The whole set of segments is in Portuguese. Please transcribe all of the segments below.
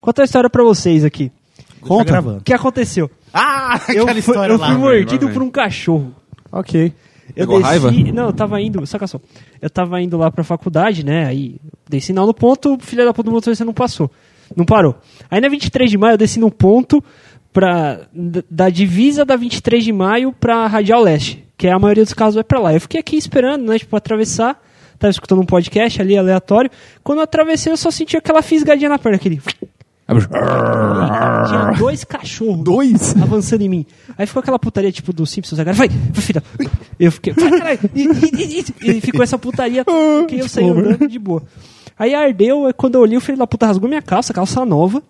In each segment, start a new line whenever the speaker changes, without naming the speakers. Conta a história pra vocês aqui.
Conta.
O que aconteceu?
Ah,
Eu,
aquela
fui-
história
eu
lá.
fui
velho,
mordido
lá,
por um cachorro.
Ok.
Eu
Pegou
desci,
raiva?
não, eu tava indo, saca só. Eu tava indo lá pra faculdade, né? Aí dei sinal no ponto, o filho da puta do motorista não passou. Não parou. Aí na 23 de maio eu desci num ponto pra, da, da divisa da 23 de maio pra Radial Leste, que é a maioria dos casos é pra lá. Eu fiquei aqui esperando, né, tipo, atravessar. Tava escutando um podcast ali aleatório. Quando eu atravessei, eu só senti aquela fisgadinha na perna, aquele. Tinha dois cachorros.
Dois?
Avançando em mim. Aí ficou aquela putaria tipo do Simpsons agora. Vai, vai, filha. Eu fiquei. vai, caralho. E, e- e- e- e ficou essa putaria que eu saí andando de boa. Aí ardeu, aí quando eu olhei, o filho da puta rasgou minha calça, calça nova,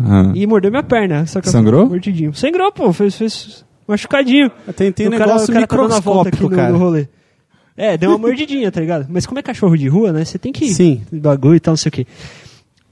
Ah.
e mordeu minha perna. Só que eu-
Sangrou?
Mordidinho. Sangrou, pô. Fez, fez machucadinho.
Tem,
um
tem um
O cara-
negócio
o cara tá dando a volta aqui
microscópico,
no,
cara.
no rolê. É, deu uma mordidinha, tá ligado? Mas como é cachorro de rua, né? Você tem que
Sim.
bagulho e tal, não sei o quê.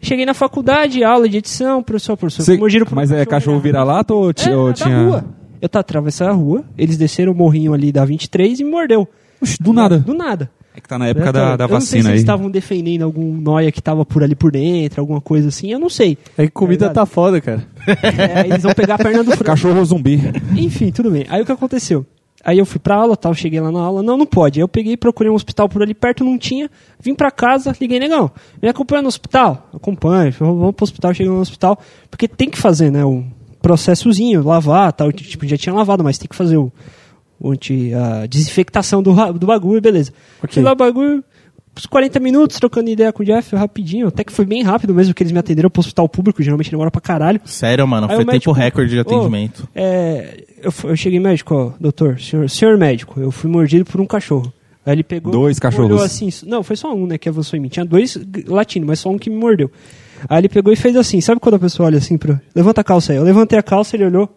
Cheguei na faculdade, aula de edição, professor, professor.
Cê-
mordiram por um
mas é cachorro vira-lata ou, ti-
é,
ou
da
tinha.
rua. Eu tava atravessando a rua, eles desceram o morrinho ali da 23 e me mordeu.
Oxe, do nada.
Do nada.
É que tá na época da, da
eu não sei se
vacina aí.
eles estavam defendendo algum noia que tava por ali por dentro, alguma coisa assim, eu não sei.
É que comida
Tá
tá foda, cara.
É, eles vão pegar a perna do frango.
Cachorro zumbi.
Enfim, tudo bem. Aí o que aconteceu? Aí eu fui pra aula, tal, cheguei lá na aula, não, não pode. Aí eu peguei, procurei um hospital por ali perto, não tinha. Vim pra casa, liguei, negão, me acompanha no hospital? Acompanha, falou, vamos pro hospital, chegamos no hospital, porque tem que fazer, né, o processozinho, lavar, tal, tipo, já tinha lavado, mas tem que fazer o, o anti, a desinfectação do, ra- do bagulho, beleza.
Ok.
Fui lá o bagulho, uns 40 minutos, trocando ideia com o Jeff, rapidinho, até que foi bem rápido mesmo, que eles me atenderam pro hospital público, geralmente demora pra caralho.
Sério, mano,
Aí
foi
o
tempo
médico-
recorde de atendimento.
É, eu, fu- eu cheguei médico, ó, doutor, senhor, senhor médico, eu fui mordido por um cachorro. Aí ele pegou.
Dois cachorros.
olhou assim, não, foi só um, né, que avançou em mim. Tinha dois g- latinos, mas só um que me mordeu. Aí ele pegou e fez assim, sabe quando a pessoa olha assim pro. Levanta a calça aí. Eu levantei a calça, ele olhou.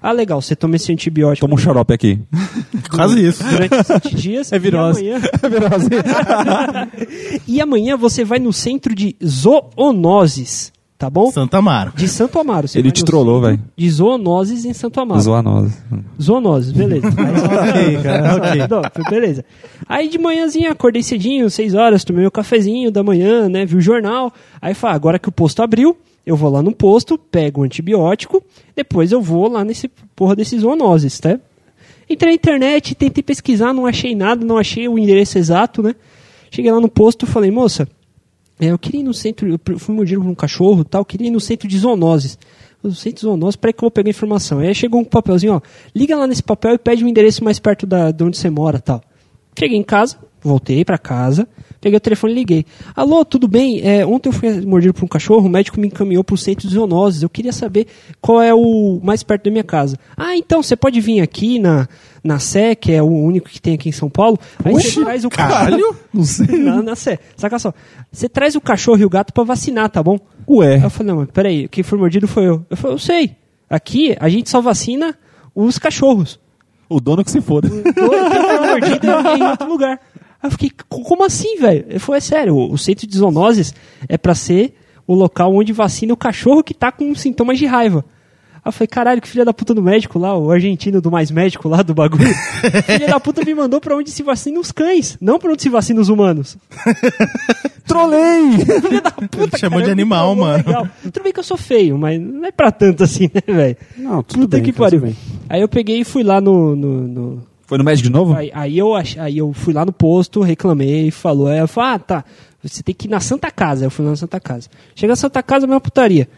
Ah, legal, você toma esse antibiótico.
Toma um xarope aqui.
Quase isso.
durante sete dias.
É virose.
E amanhã, e amanhã você vai no centro de zoonoses, tá bom?
Santa Mara.
De Santo Amaro. Você
Ele
vai
te
no
trollou,
centro
velho.
De zoonoses em Santo Amaro.
Zoar nós.
Zoonoses, beleza.
ok, cara, ok.
Não, foi beleza. Aí de manhãzinha, acordei cedinho, 6 horas, tomei meu cafezinho da manhã, né? Vi o jornal. Aí fala, agora que o posto abriu, eu vou lá no posto, pego o antibiótico, depois eu vou lá nesse porra desses zoonoses, tá? Entrei na internet, tentei pesquisar, não achei nada, não achei o endereço exato, né? Cheguei lá no posto, falei, moça, é, eu queria ir no centro, eu pre- fui mordido por um cachorro e tal, eu queria ir no centro de zoonoses. No centro de zoonoses, peraí que eu vou pegar a informação. Aí chegou um papelzinho, ó, liga lá nesse papel e pede o endereço mais perto da, de onde você mora e tal. Cheguei em casa, voltei pra casa, peguei o telefone e liguei. Alô, tudo bem? É, ontem eu fui mordido por um cachorro, o médico me encaminhou pro centro de zoonoses, eu queria saber qual é o mais perto da minha casa. Ah, então, você pode vir aqui na, na Sé, que é o único que tem aqui em São Paulo, aí você traz o
caralho!
Não sei.
na, na Sé. Saca só. Você traz o cachorro e o gato pra vacinar, tá bom? Aí
Ué.
eu falei, não, mas peraí, quem foi mordido foi eu. Eu falei, eu sei. Aqui a gente só vacina os cachorros.
O dono que se foda.
Ou Quem foi mordido é em outro lugar. Aí eu fiquei, "Co- como assim, velho? Ele falou, é sério, o o centro de zoonoses é pra ser o local onde vacina o cachorro que tá com sintomas de raiva. Aí eu falei, caralho, que filha da puta do médico lá, o argentino do mais médico lá do bagulho. filha da puta me mandou pra onde se vacina os cães, não pra onde se vacina os humanos.
Trolei!
Filha da puta,
Ele
cara,
chamou de
é muito
animal, mano.
legal. Tudo bem que eu sou feio, mas não é pra tanto assim, né, velho?
Não, tudo
Puta
bem,
tá
que
cara,
pariu.
tudo bem.
Aí eu peguei e fui lá no. no- no-
Foi no médico de novo?
Aí, aí eu ach... aí eu fui lá no posto, reclamei, falou. Aí eu falei, ah, tá. Você tem que ir na Santa Casa. Eu fui lá na Santa Casa. Chega na Santa Casa, é uma putaria.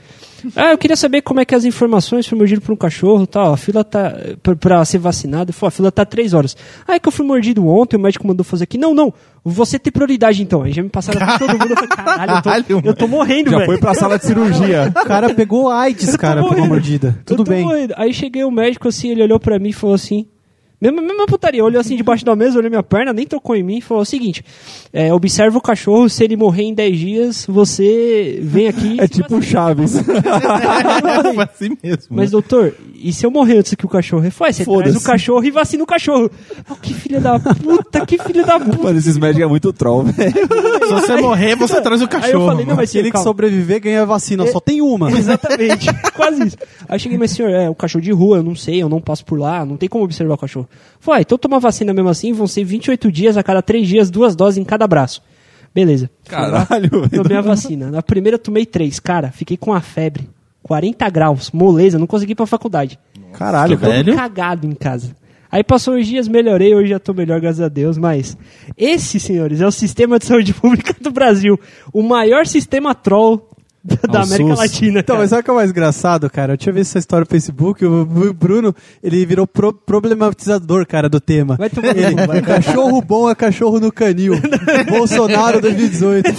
Ah, eu queria saber como é que é as informações foi mordido por um cachorro e tal. A fila tá. Pra, pra ser vacinado. Eu falei, a fila tá três horas. Ah, é que eu fui mordido ontem, o médico mandou fazer aqui. Não, não. Você tem prioridade então. Aí já me passaram pra todo mundo. Eu falei, caralho, eu tô,
Caralho,
eu tô morrendo,
Já
velho.
foi pra sala de cirurgia.
O cara pegou AIDS, cara, por uma
morrendo.
mordida. Tudo
Eu tô
bem.
morrendo. Aí cheguei o médico assim, ele olhou pra mim e falou assim. Mesma, mesma putaria, olhou assim debaixo da mesa, olhou minha perna, nem tocou em mim e falou o seguinte: é, observa o cachorro, se ele morrer em 10 dias, você vem aqui. e
É
se
tipo o
vacina."
Chaves.
Foi assim mesmo.
né?
Mas, doutor, e se eu morrer antes que o cachorro? Ele falou, "É, você traz
Foda-se.
o cachorro e vacina o cachorro. Oh, que filha da puta, que filha da puta.
Mano, esses médicos é muito troll, velho.
Se você morrer, você traz o cachorro.
Aí eu falei, não,
mano.
mas
Aquele que
calma. É.
sobreviver ganha a vacina, só tem uma.
Exatamente, quase isso. Aí eu cheguei, mas senhor, é um cachorro de rua, eu não sei, eu não passo por lá, não tem como observar o cachorro. Falei, ah, então toma vacina mesmo assim, vão ser 28 dias a cada 3 dias, duas doses em cada braço. Beleza. Fui lá,
Caralho, velho.
Tomei a vacina. Na primeira tomei três. Cara, fiquei com a febre. 40 graus, moleza, não consegui ir pra faculdade.
Caralho,
Tô
cara.
velho.
Cagado em casa. Aí passou os dias, melhorei, hoje já tô melhor, graças a Deus, mas esse, senhores, é o sistema de saúde pública do Brasil. O maior sistema troll da, da
o
América
SUS.
Latina.
Então,
cara.
mas sabe o que é mais engraçado, cara? Eu tinha visto essa história no Facebook, o Bru- Bruno, ele virou pro- problematizador, cara, do tema.
Vai tomar
Ele,
no cu, vai.
cachorro bom é cachorro no canil. Bolsonaro 2018.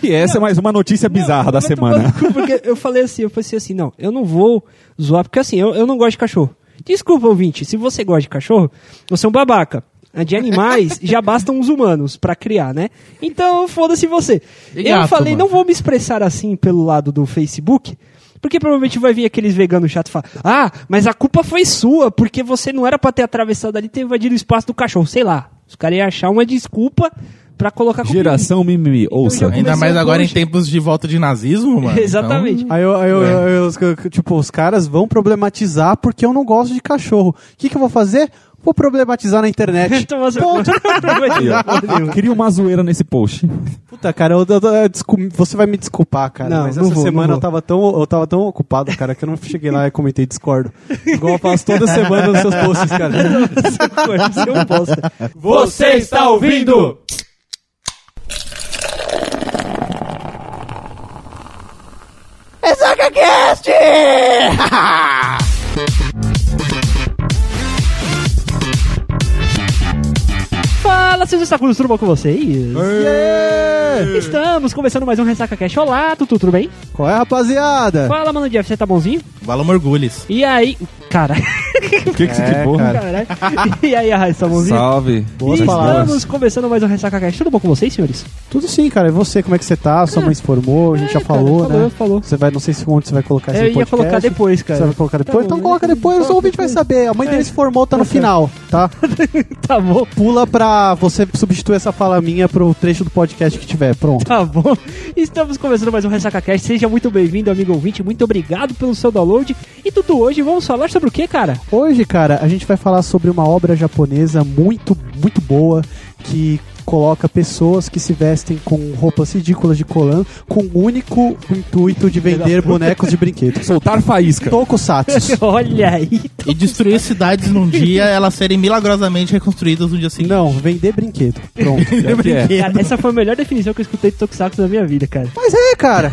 E essa é mais uma notícia bizarra da
Vai tomar no
semana.
cu, Porque eu falei assim, eu pensei assim, não, eu não vou zoar, porque assim, eu, eu não gosto de cachorro. Desculpa, ouvinte, se você gosta de cachorro, você é um babaca. De animais, já bastam os humanos pra criar, né? Então, foda-se você.
E
eu
gato,
falei,
mano?
não vou me expressar assim pelo lado do Facebook, porque provavelmente vai vir aqueles veganos chato e falar, ah, mas a culpa foi sua, porque você não era pra ter atravessado ali e ter invadido o espaço do cachorro, sei lá. Os caras iam achar uma desculpa pra colocar
tá
a culpa em mim.
Geração mimimi, ouça.
já-
Ainda
Começou
mais agora em
hoje.
tempos de volta de nazismo, mano. Então,
Exatamente.
Aí, eu, aí eu-
É.
eu- eu- tipo, os caras vão problematizar porque eu não gosto de cachorro. O que, que eu vou fazer? Vou problematizar na internet.
Então você-
Ponto.
Cria uma zoeira nesse post.
Puta, cara, eu- eu- eu- descul- você vai me desculpar, cara,
Não,
mas
não
essa
vou, não
semana
vou.
eu tava, tão, eu tava tão ocupado, cara, que eu não cheguei lá e comentei discordo. Igual eu faço toda semana nos seus posts, cara.
Você é um bosta.
Você está ouvindo?
Fala, seus sacudos, tudo bom com vocês? Estamos começando mais um Ressaca Cash. Olá, Tutu, tudo bem?
Qual é, rapaziada?
Fala, mano Jeff, você tá bonzinho?
Valor Morgulhos.
E aí... Cara,
O que que você que porra?
caralho. E aí, Arraiz, tá bonzinho?
Salve.
Boas
Mas
palavras.
Estamos começando mais um Ressaca Cash. Tudo bom com vocês, senhores?
Tudo sim, cara. E você, como é que você tá? Sua mãe se formou, a gente já
É, cara,
falou,
falou,
né?
falou. É,
Você vai, não sei se onde você vai colocar esse
Eu ia
um podcast.
colocar depois, cara.
Você vai colocar
Tá
depois?
bom,
então
né?
coloca depois, o ouvinte vai saber. A mãe
É.
dele se formou, tá no final, tá?
Tá bom,
Pula pra você substituir essa fala minha pro trecho do podcast que tiver. Pronto.
tá bom. Estamos começando mais um Ressaca Cash. Seja muito bem-vindo, amigo ouvinte. Muito obrigado pelo seu download. E, Tutu, hoje vamos falar sobre o que, cara?
Hoje, cara, a gente vai falar sobre uma obra japonesa muito, muito boa que coloca pessoas que se vestem com roupas ridículas de colã com o único intuito de vender bonecos de brinquedo.
Soltar faísca.
Tokusatsu.
Olha aí.
E destruir cidades num dia, elas serem milagrosamente reconstruídas no dia seguinte.
Não, vender brinquedo. Pronto.
É que é.
Cara, essa foi a melhor definição que eu escutei de Tokusatsu da minha vida, cara.
Mas é, cara.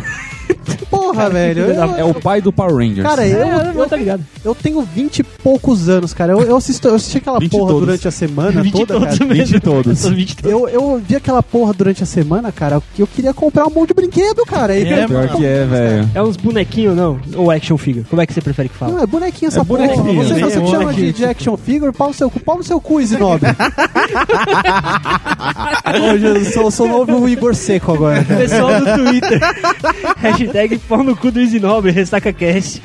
Porra, velho. eu-
É o pai do Power Rangers.
cara, eu,
É,
eu,
tá ligado.
eu tenho 20 e poucos anos, cara. Eu, eu assisto, eu assisti aquela
20
porra
todos.
durante a semana
20
toda,
todos
cara.
mesmo.
20 todos.
Eu, eu vi aquela porra durante a semana, cara, que eu queria comprar um monte de brinquedo, cara. E-
É,
Pior que é, velho.
É uns bonequinhos, não? Ou action figure? Como é que você prefere que fala?
Não, é bonequinho essa
É
porra.
bonequinho,
Você,
né?
você chama de,
Bonequinho,
de action figure, pau no seu cu, pau no seu cu, Isinobre. Hoje eu sou, sou novo Igor Seco agora.
Pessoal do Twitter. Hashtag pau no cu do Isinobre, RessacaCast.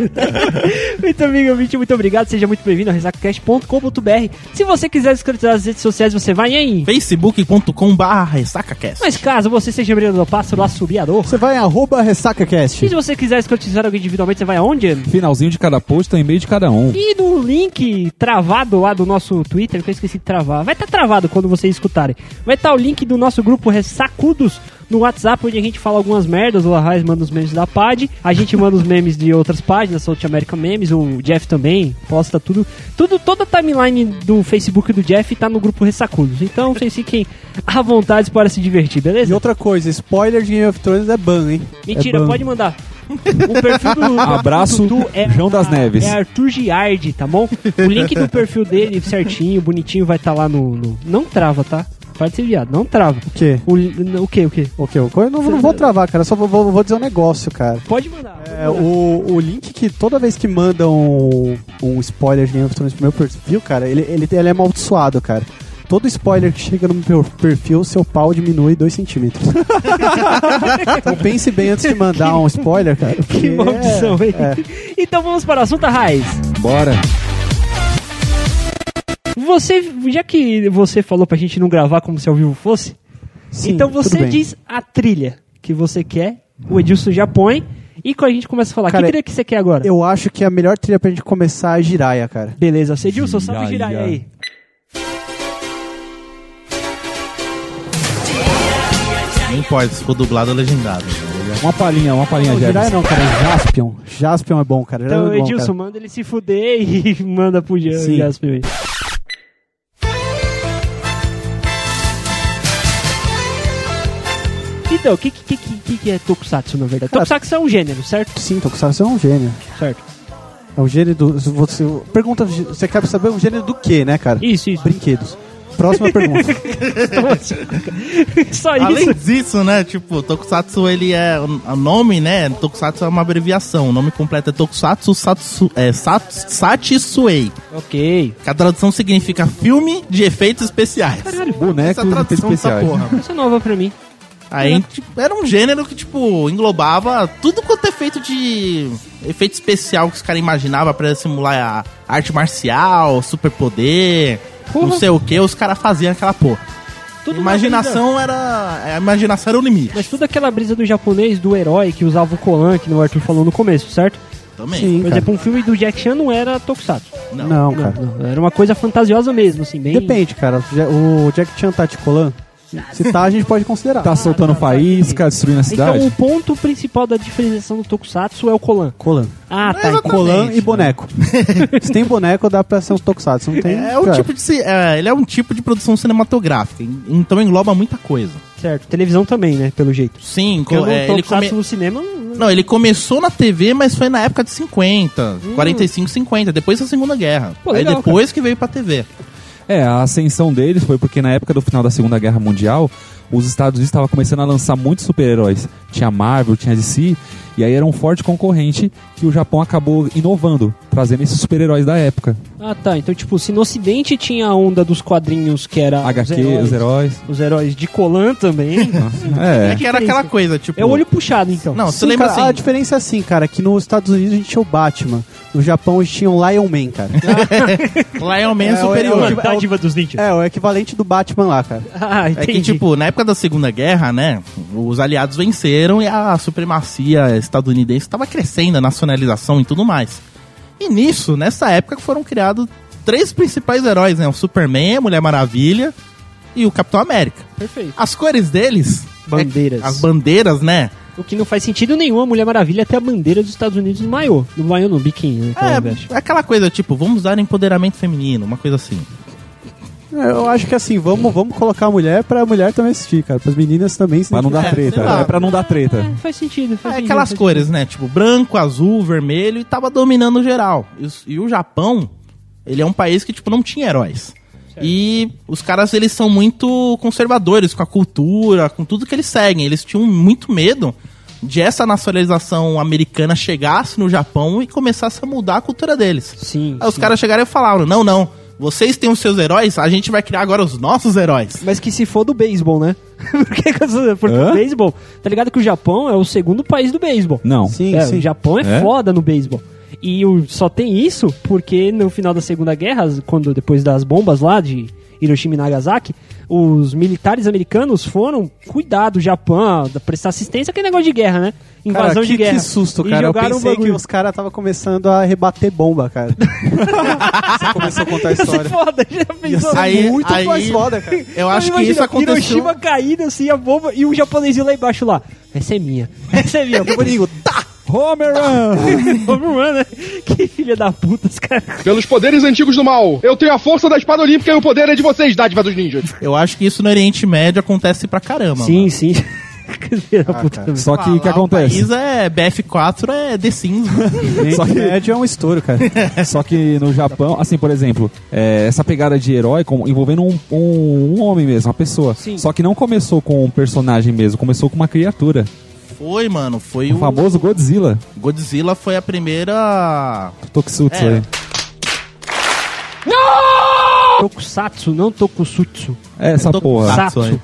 muito amigo, ouvinte, muito obrigado. Seja muito bem-vindo a ressacacast.com.br. Se você quiser descartar as redes sociais, você vai em.
facebook.com.br ressacacast.
Mas caso você seja brilhando do pássaro assobiador.
Você vai em arroba
E
ressacacast.
se você quiser escrotizar alguém individualmente, você vai aonde?
Finalzinho de cada post, tá em meio de cada um.
E no link travado lá do nosso Twitter, que eu esqueci de travar, vai estar travado quando vocês escutarem. Vai estar o link do nosso grupo Ressacudos no WhatsApp, onde a gente fala algumas merdas. O Arraiz manda os memes da PAD, a gente manda os memes de outras páginas, South America Memes, o Jeff também posta tudo. tudo toda a timeline do Facebook do Jeff tá no grupo Ressacudos. Então vocês fiquem à vontade para se divertir,
E
beleza?
outra coisa, spoiler de Game of Thrones é ban, hein?
Mentira,
é ban.
pode mandar. O perfil do
Abraço,
do Tutu
João das Neves.
É Arthur Giardi, tá bom? O link do perfil dele certinho, bonitinho, vai estar lá no, no- Não trava, tá? Para de ser viado, não trava.
O quê?
O, li- o que, o que?
O que? Eu não, não vou travar, cara. Só vou, vou- vou dizer um negócio, cara.
Pode mandar. pode
É,
mandar.
o, o link que toda vez que mandam um, um spoiler de Game of Thrones pro meu perfil, cara, ele, ele, ele é amaldiçoado, cara. Todo spoiler que chega no meu perfil, seu pau diminui 2 centímetros. então pense bem antes de mandar um spoiler, cara.
Que
porque
maldição, hein?
É.
Então vamos para o assunto raiz.
Bora.
Você, já que você falou pra gente não gravar como se ao vivo fosse,
é- Sim,
então
tudo
você
bem.
diz a trilha que você quer, o Edilson já põe, e quando a gente começa a falar,
Cara,
que trilha que você quer agora?
Eu acho que a melhor trilha pra gente começar é Jiraya, cara.
Beleza, você Edilson, sabe girar
Jiraiya.
aí.
Jiraiya,
Não importa se for dublado ou legendado. né?
Uma palhinha, uma palhinha,
Não, Jirai
Jefferson.
não, cara. Jaspion. Jaspion é bom, cara.
Então,
Jaspion é bom,
Edilson, manda ele se fuder e manda pro Jean-
Sim.
Jasper aí. Então, o que, que, que- que- que é Tokusatsu, na verdade?
Cara,
Tokusatsu é um gênero, certo?
cara. Sim, Tokusatsu é um gênio.
Certo.
É um gênio do... se Você... Pergunta... Você quer saber um gênio do quê, né, cara?
Isso, isso.
Brinquedos. Próxima pergunta.
Então, assim, Só
Além
É isso.
disso, né, tipo, Tokusatsu, ele é... O nome, né, Tokusatsu é uma abreviação. O nome completo é Tokusatsu Satsu, é, Sats- Satsuei.
Ok.
Que a tradução significa filme de efeitos especiais.
Caralho,
Bonecos
tá
especiais.
isso é nova pra mim.
Aí tipo, era um gênero que, tipo, englobava tudo quanto é feito de efeito especial que os caras imaginavam pra simular a arte marcial, superpoder,
Porra.
não sei o que, os caras faziam aquela porra.
Tudo uma brisa-
imaginação era. A imaginação era o limite.
Mas tudo aquela brisa do japonês, do herói que usava o colan, que o Arthur falou no começo, certo?
Também.
Sim,
Por
cara.
exemplo, um filme do Jack Chan não era Tokusatsu.
Não.
Não,
Não,
cara.
não, Era uma coisa fantasiosa mesmo, assim, bem...
Depende, cara. O Jack Chan tá te colando? Se tá, a gente pode considerar.
Tá soltando faísca, destruindo a cidade.
Então o ponto principal da diferenciação do Tokusatsu é o Colan.
Colan.
Ah, tá.
exatamente.
É, Colan e boneco. Se tem boneco, dá pra ser um tokusatsu. Não tem.
É um
cara.
tipo de. ci- é, ele é um tipo de produção cinematográfica, en- então engloba muita coisa.
Certo. Televisão também, né? Pelo jeito.
Sim,
Porque
co-
o
é, ele
Tokusatsu
come-
no cinema. não-
Não, ele começou na TV, mas foi na época de 50, 45, 50, depois da Segunda Guerra.
Hum. Pô,
Aí
legal,
depois que veio pra TV.
É, a ascensão deles foi porque na época do final da Segunda Guerra Mundial, os Estados Unidos estavam começando a lançar muitos super-heróis. Tinha Marvel, tinha DC, e aí era um forte concorrente que o Japão acabou inovando, trazendo esses super-heróis da época.
Ah, tá. Então, tipo, se no Ocidente tinha a onda dos quadrinhos que era.
HQ,
Ah, os heróis,
os heróis.
os heróis de Colan também.
É,
É.
que era aquela coisa, tipo.
é o olho puxado, então.
Não,
Sim,
você lembra
cara, A
assim.
diferença é assim, cara, que nos Estados Unidos a gente tinha o Batman, no Japão a gente tinha o Lion Man, cara.
Lion Man
É,
é,
o-
superior.
é
Da tá diva dos ninjas.
é, o equivalente do Batman lá, cara.
Ah,
É
entendi.
que, tipo, na época da Segunda Guerra, né? Os aliados venceram e a supremacia estadunidense estava crescendo, a nacionalização e tudo mais. E nisso, nessa época, foram criados três principais heróis, né? O Superman, a Mulher Maravilha e o Capitão América.
Perfeito.
As cores deles.
Bandeiras.
é- as bandeiras, né?
O que não faz sentido nenhum, a Mulher Maravilha até a bandeira dos Estados Unidos no maiô. No maiô, no biquinho, né? que ela veste.
É, é aquela coisa, tipo, vamos dar empoderamento feminino, uma coisa assim.
É, Eu acho que assim, vamos, vamos colocar a mulher pra mulher também assistir, cara. Pras meninas também se
Pra não
identificar.
dar treta.
sei lá.
É pra não dar treta.
É, faz sentido, faz
É
sentido,
aquelas
faz
cores, né? Tipo, branco, azul, vermelho, e tava dominando geral. E, os- e o Japão, ele é um país que, tipo, não tinha heróis. E os caras, eles são muito conservadores com a cultura, com tudo que eles seguem. Eles tinham muito medo de essa nacionalização americana chegasse no Japão e começasse a mudar a cultura deles.
Sim.
Aí os
sim.
caras chegaram e falaram, não, não, vocês têm os seus heróis, a gente vai criar agora os nossos heróis.
Mas que se for do beisebol, né? Porque por
Hã?
beisebol, tá ligado que o Japão é o segundo país do beisebol.
Não.
Sim,
é,
sim.
O Japão é,
É?
foda no beisebol. E o, só tem isso porque no final da Segunda Guerra, as- quando depois das bombas lá de Hiroshima e Nagasaki, os militares americanos foram cuidar do Japão, da- prestar assistência, aquele negócio de guerra, né? Invasão
cara, que,
de guerra.
que susto,
E
cara. Eu
jogaram o
pensei que
bagulho.
os caras estavam começando a rebater bomba, cara. Você começou a contar a
Ia ser
história. um
foda, já
Ia
pensou?
ser
Aí-
muito
aí-
mais foda, cara.
Eu acho que
Imagina,
isso aconteceu...
Hiroshima caída assim, a bomba, e o japonesinho lá embaixo lá. Essa é minha. Essa é minha. Eu digo,
Homer Run!
Vamos, mano. né? Que filha da puta, os caras.
Pelos poderes antigos do mal, eu tenho a força da espada olímpica e o poder é de vocês, dádiva dos ninjas.
Eu acho que isso no Oriente Médio acontece pra caramba.
Sim, sim. Que filha da puta.
cara.
Só que
Ah,
o que
lá
acontece?
O país é BF4 é The Sims.
Só
Só que-
médio é um estouro, cara.
Só que no Japão, assim, por exemplo, é, essa pegada de herói com- envolvendo um, um- um homem mesmo, uma pessoa.
Sim.
Só que não começou com um personagem mesmo, começou com uma criatura.
foi, mano. Foi
um
O
o,
famoso Godzilla,
Godzilla foi a primeira.
Tokusutsu.
É.
aí.
Tokusatsu, não Tokusutsu.
É essa
Tô-
porra.
Satsu.
aí.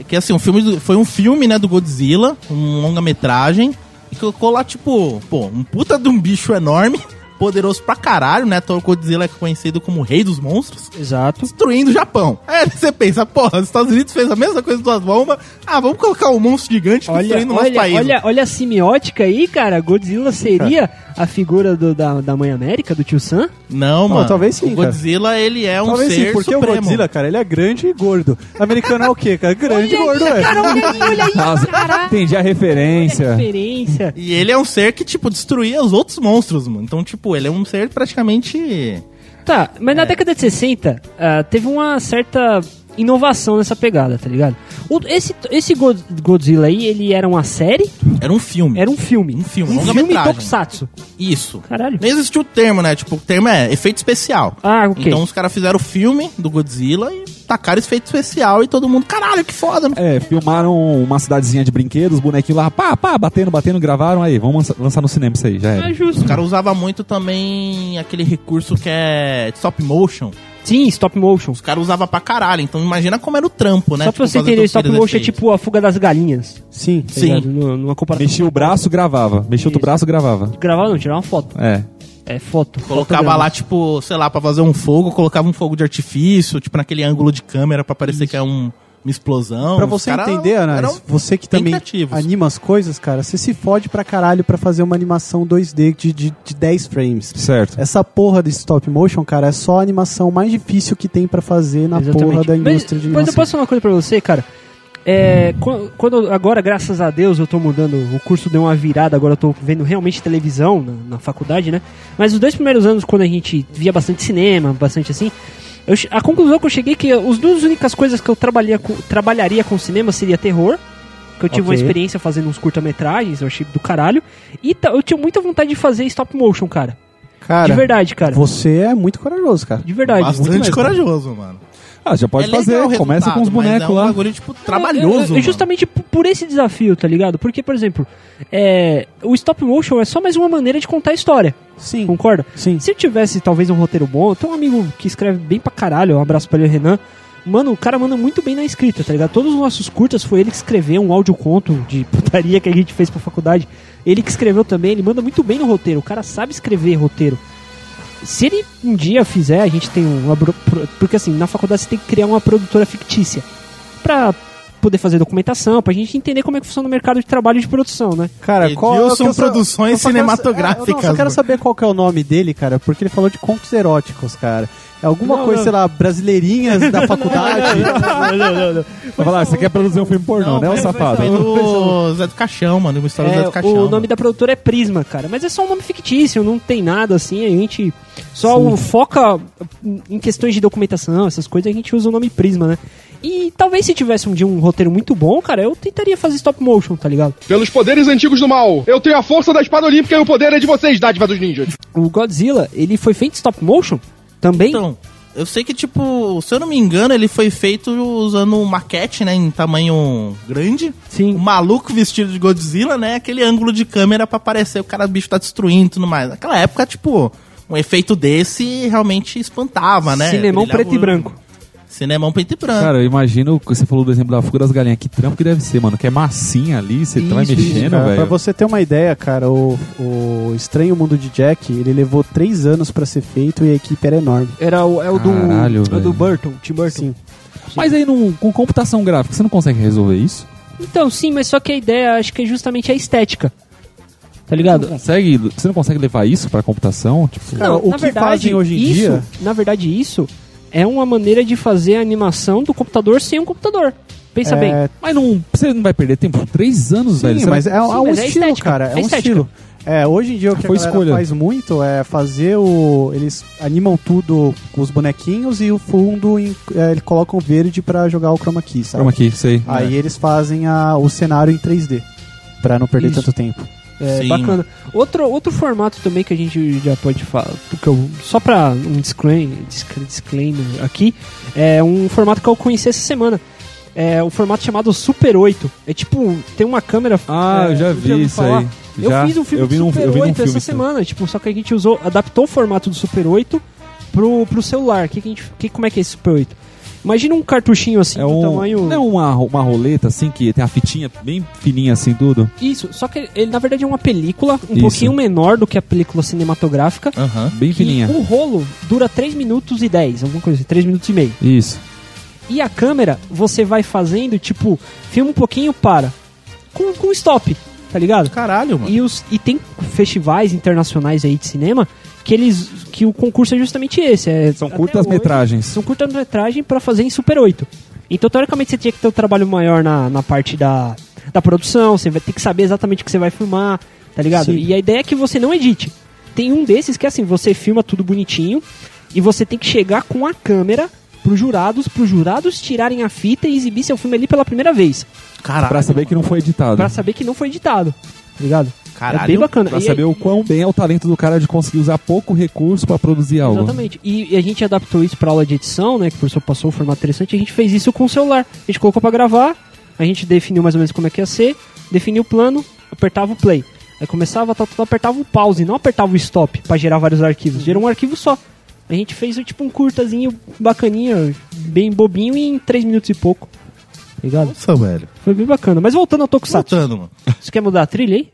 É que assim, o filme do- foi um filme, né, do Godzilla, um longa-metragem, e colocou lá, tipo, pô, um puta de um bicho enorme poderoso pra caralho, né? Thor Godzilla é conhecido como o rei dos monstros,
Exato.
destruindo o Japão. Aí você pensa, porra, os Estados Unidos fez a mesma coisa com as bombas, ah, vamos colocar um monstro gigante
Olha,
destruindo o nosso
olha,
país.
olha, olha a semiótica aí, cara. Godzilla seria a figura do- da, da Mãe América, do tio Sam?
Não,
Não,
mano.
talvez sim,
O Godzilla, ele é um
Talvez
ser
sim, porque
supremo.
assim, o Godzilla, cara, ele é grande e gordo. Americano é o quê, cara? Grande e
Olha
gordo, é.
Cara, olha aí, olha aí.
Nossa, entendi a
Olha a
referência.
referência.
E ele é um ser que, tipo, destruía os outros monstros, mano. Então, tipo, ele é um ser praticamente.
Tá, mas
É.
na década de 60 ah, teve uma certa inovação nessa pegada, tá ligado? O- esse esse Go- Godzilla aí, ele era uma série?
Era um filme.
Era um filme.
Um filme,
um filme
longa-metragem.
Tokusatsu.
Isso.
Caralho.
Não existia o termo, né? Tipo, o termo é efeito especial.
Ah, ok.
Então os caras fizeram o filme do Godzilla e tacaram esse efeito especial e todo mundo, caralho, que foda, né?" mano.
É, filmaram uma cidadezinha de brinquedos, bonequinho lá, pá, pá, batendo, batendo, gravaram, aí, vamos lança- lançar no cinema isso aí, já
Ah,
era.
justo.
Os caras usavam muito também aquele recurso que é stop motion.
Sim, stop motion.
Os caras usavam pra caralho, então imagina como era o trampo, né?
Só pra você entender, stop motion é tipo a fuga das galinhas.
Sim. é.
tá
Sim.
ligado? No- Numa comparação.
Mexia o braço, gravava. Mexia outro
Isso.
braço, gravava.
Gravar não, tirar uma foto.
É.
É foto.
Colocava
fotograma.
lá, tipo, sei lá, pra fazer um fogo, colocava um fogo de artifício, tipo, naquele ângulo de câmera pra parecer que é um- uma explosão.
Pra
Os
você
caras
entender,
né,
Anais,
eram-
é
você que
bem
também
criativos.
anima as coisas, cara, você se fode pra caralho pra fazer uma animação 2D de, de, de 10 frames.
Certo.
Essa porra de stop motion, cara, é só a animação mais difícil que tem pra fazer na
Exatamente.
porra da indústria
mas,
de
Mas eu
animação.
posso falar uma coisa pra você, cara? É, quan- quando agora, graças a Deus, eu tô mudando, o curso deu uma virada, agora eu tô vendo realmente televisão na, na faculdade, né? Mas os dois primeiros anos, quando a gente via bastante cinema, bastante assim, eu che- a conclusão que eu cheguei é que as duas únicas coisas que eu trabalharia com, trabalharia com cinema seria terror, que eu tive uma
Ok.
experiência fazendo uns curta-metragens, eu achei do caralho, e ta- eu tinha muita vontade de fazer stop motion, cara.
Cara,
de verdade, cara.
você é muito corajoso, cara.
De verdade. muito
Bastante
mesmo.
corajoso, mano.
Ah, já pode
É legal o
fazer. Começa
resultado,
com os
mas
bonecos
é um
lá.
bagulho, tipo, trabalhoso.
É, é, é, justamente por por esse desafio, tá ligado? Porque, por exemplo, é, o stop motion é só mais uma maneira de contar a história,
Sim,
concorda?
sim.
Se eu tivesse talvez um roteiro bom, tem um amigo que escreve bem pra caralho, um abraço pra ele, Renan. Mano, o cara manda muito bem na escrita, tá ligado? Todos os nossos curtas foi ele que escreveu um audioconto de putaria que a gente fez pra faculdade. Ele que escreveu também, ele manda muito bem no roteiro. O cara sabe escrever roteiro. Se ele um dia fizer, a gente tem um, uma. bro- pro- Porque assim, na faculdade você tem que criar uma produtora fictícia. Pra poder fazer documentação, pra gente entender como é que funciona o mercado de trabalho e de produção, né?
Cara, qual
Edilson
eu só- eu só-
Produções
eu só quero-
Cinematográficas,
é, eu não, eu só quero
mano.
saber qual que é o nome dele, cara, porque ele falou de contos eróticos, cara. É alguma
Não,
coisa,
não.
sei lá, brasileirinhas da faculdade.
Vai falar, você quer produzir um filme pornô, né, o safado?
Vem do Zé do Caixão, mano. Uma história do Zé do
É,
Caixão.
o
mano.
nome da produtora é Prisma, cara. Mas é só um nome fictício, não tem nada assim. A gente só o- foca em questões de documentação, essas coisas, a gente usa o nome Prisma, né? E talvez se tivesse um dia um roteiro muito bom, cara, eu tentaria fazer stop motion, tá ligado?
Pelos poderes antigos do mal, eu tenho a força da espada olímpica e o poder é de vocês, dádiva dos ninjas.
O Godzilla, ele foi feito stop motion também.
Então, eu sei que, tipo, se eu não me engano, ele foi feito usando um maquete, né, em tamanho grande.
Sim.
O maluco vestido de Godzilla, né, aquele ângulo de câmera pra aparecer o cara, o bicho tá destruindo e tudo mais. Naquela época, tipo, um efeito desse realmente espantava, né?
Cinemão
Brilhava
preto e
o-
branco.
Cinemão preto e branco.
Cara, eu imagino, que você falou do exemplo da fuga das galinhas, que trampo que deve ser, mano, que é massinha ali, você tá vai
Isso, isso,
mexendo,
cara. Pra
velho.
você ter uma ideia, cara, o, o Estranho Mundo de Jack, ele levou três anos pra ser feito e a equipe era enorme.
Era o, é o do,
Caralho,
é o do
velho.
Burton, Tim Burton.
Sim.
Mas aí, num- com computação gráfica, você não consegue resolver isso?
Então, sim, mas só que a ideia acho que é justamente a estética. Tá ligado?
Consegue, você não consegue levar isso pra computação? Tipo,
Cara, o que fazem hoje em
isso,
dia-
Na verdade, isso é uma maneira de fazer a animação do computador sem um computador. Pensa
É,
bem.
mas não, você não vai perder tempo? Três anos, velho.
Sim,
você
mas
vai-
é, é um
mas é
estilo,
estética,
cara.
é
É, um
estética.
estilo. É, hoje em dia o que
Foi
a galera
escolha.
faz muito é fazer o. Eles animam tudo com os bonequinhos e o fundo em- é, eles colocam verde pra jogar o chroma key, sabe?
Calma aqui, sei. É.
Aí eles fazem a- o cenário em 3D. Pra não perder
Isso.
tanto tempo.
É,
Sim.
bacana. Outro, outro formato também que a gente já pode falar, porque eu- só pra um disclaimer, disc- disclaimer aqui, é um formato que eu conheci essa semana. É um formato chamado Super 8. É tipo, tem uma câmera.
Ah,
é,
eu já
você
vi
ouviu
isso
falar?
aí.
Eu
Já,
fiz um filme
eu vi
do
num-
Super
eu vi num
8 essa
filme, sim.
semana, tipo, só que a gente usou, adaptou o formato do Super 8 pro, pro celular. Que que a gente, que, como é que é esse Super 8? Imagina um cartuchinho assim
É
do
um,
tamanho.
não é uma, ro- uma roleta assim que tem a fitinha bem fininha assim tudo.
Isso, só que ele na verdade é uma película um
Isso.
pouquinho menor do que a película cinematográfica.
Aham.
Bem
que
fininha.
o rolo dura 3 minutos e 10, alguma coisa assim, 3 minutos e meio.
Isso.
E a câmera, você vai fazendo, tipo, filma um pouquinho, para. Com, com stop, tá ligado?
Caralho, mano.
E, os, e tem festivais internacionais aí de cinema que eles. que o concurso é justamente esse. é-
São
até
curtas
hoje,
metragens.
São um curta-metragem pra fazer em Super 8. Então, teoricamente, você tinha que ter um trabalho maior na, na parte da, da produção, você vai ter que saber exatamente o que você vai filmar, tá ligado?
Sim.
E a ideia é que você não edite. Tem um desses que é assim, você filma tudo bonitinho e você tem que chegar com a câmera pros jurados, pros jurados tirarem a fita e exibir seu filme ali pela primeira vez,
Caralho.
Pra saber que não foi editado.
Pra saber que não foi editado, tá ligado?
Caralho.
É bem bacana.
Pra
E aí-
saber o quão bem é o talento do cara de conseguir usar pouco recurso pra produzir algo.
Exatamente. E, e a gente adaptou isso pra aula de edição, né? Que o professor passou um formato interessante. A gente fez isso com o celular. A gente colocou pra gravar, a gente definiu mais ou menos como é que ia ser, definiu o plano, apertava o play. Aí começava, tá, tá, tá, apertava o pause, não apertava o stop pra gerar vários arquivos. Gerou um arquivo só. A gente fez tipo um curtazinho bacaninha, bem bobinho, e em 3 minutos e pouco. Ligado?
Nossa, velho.
Foi bem bacana. Mas voltando ao Tokusatsu,
Saltando, mano.
você quer mudar a trilha aí?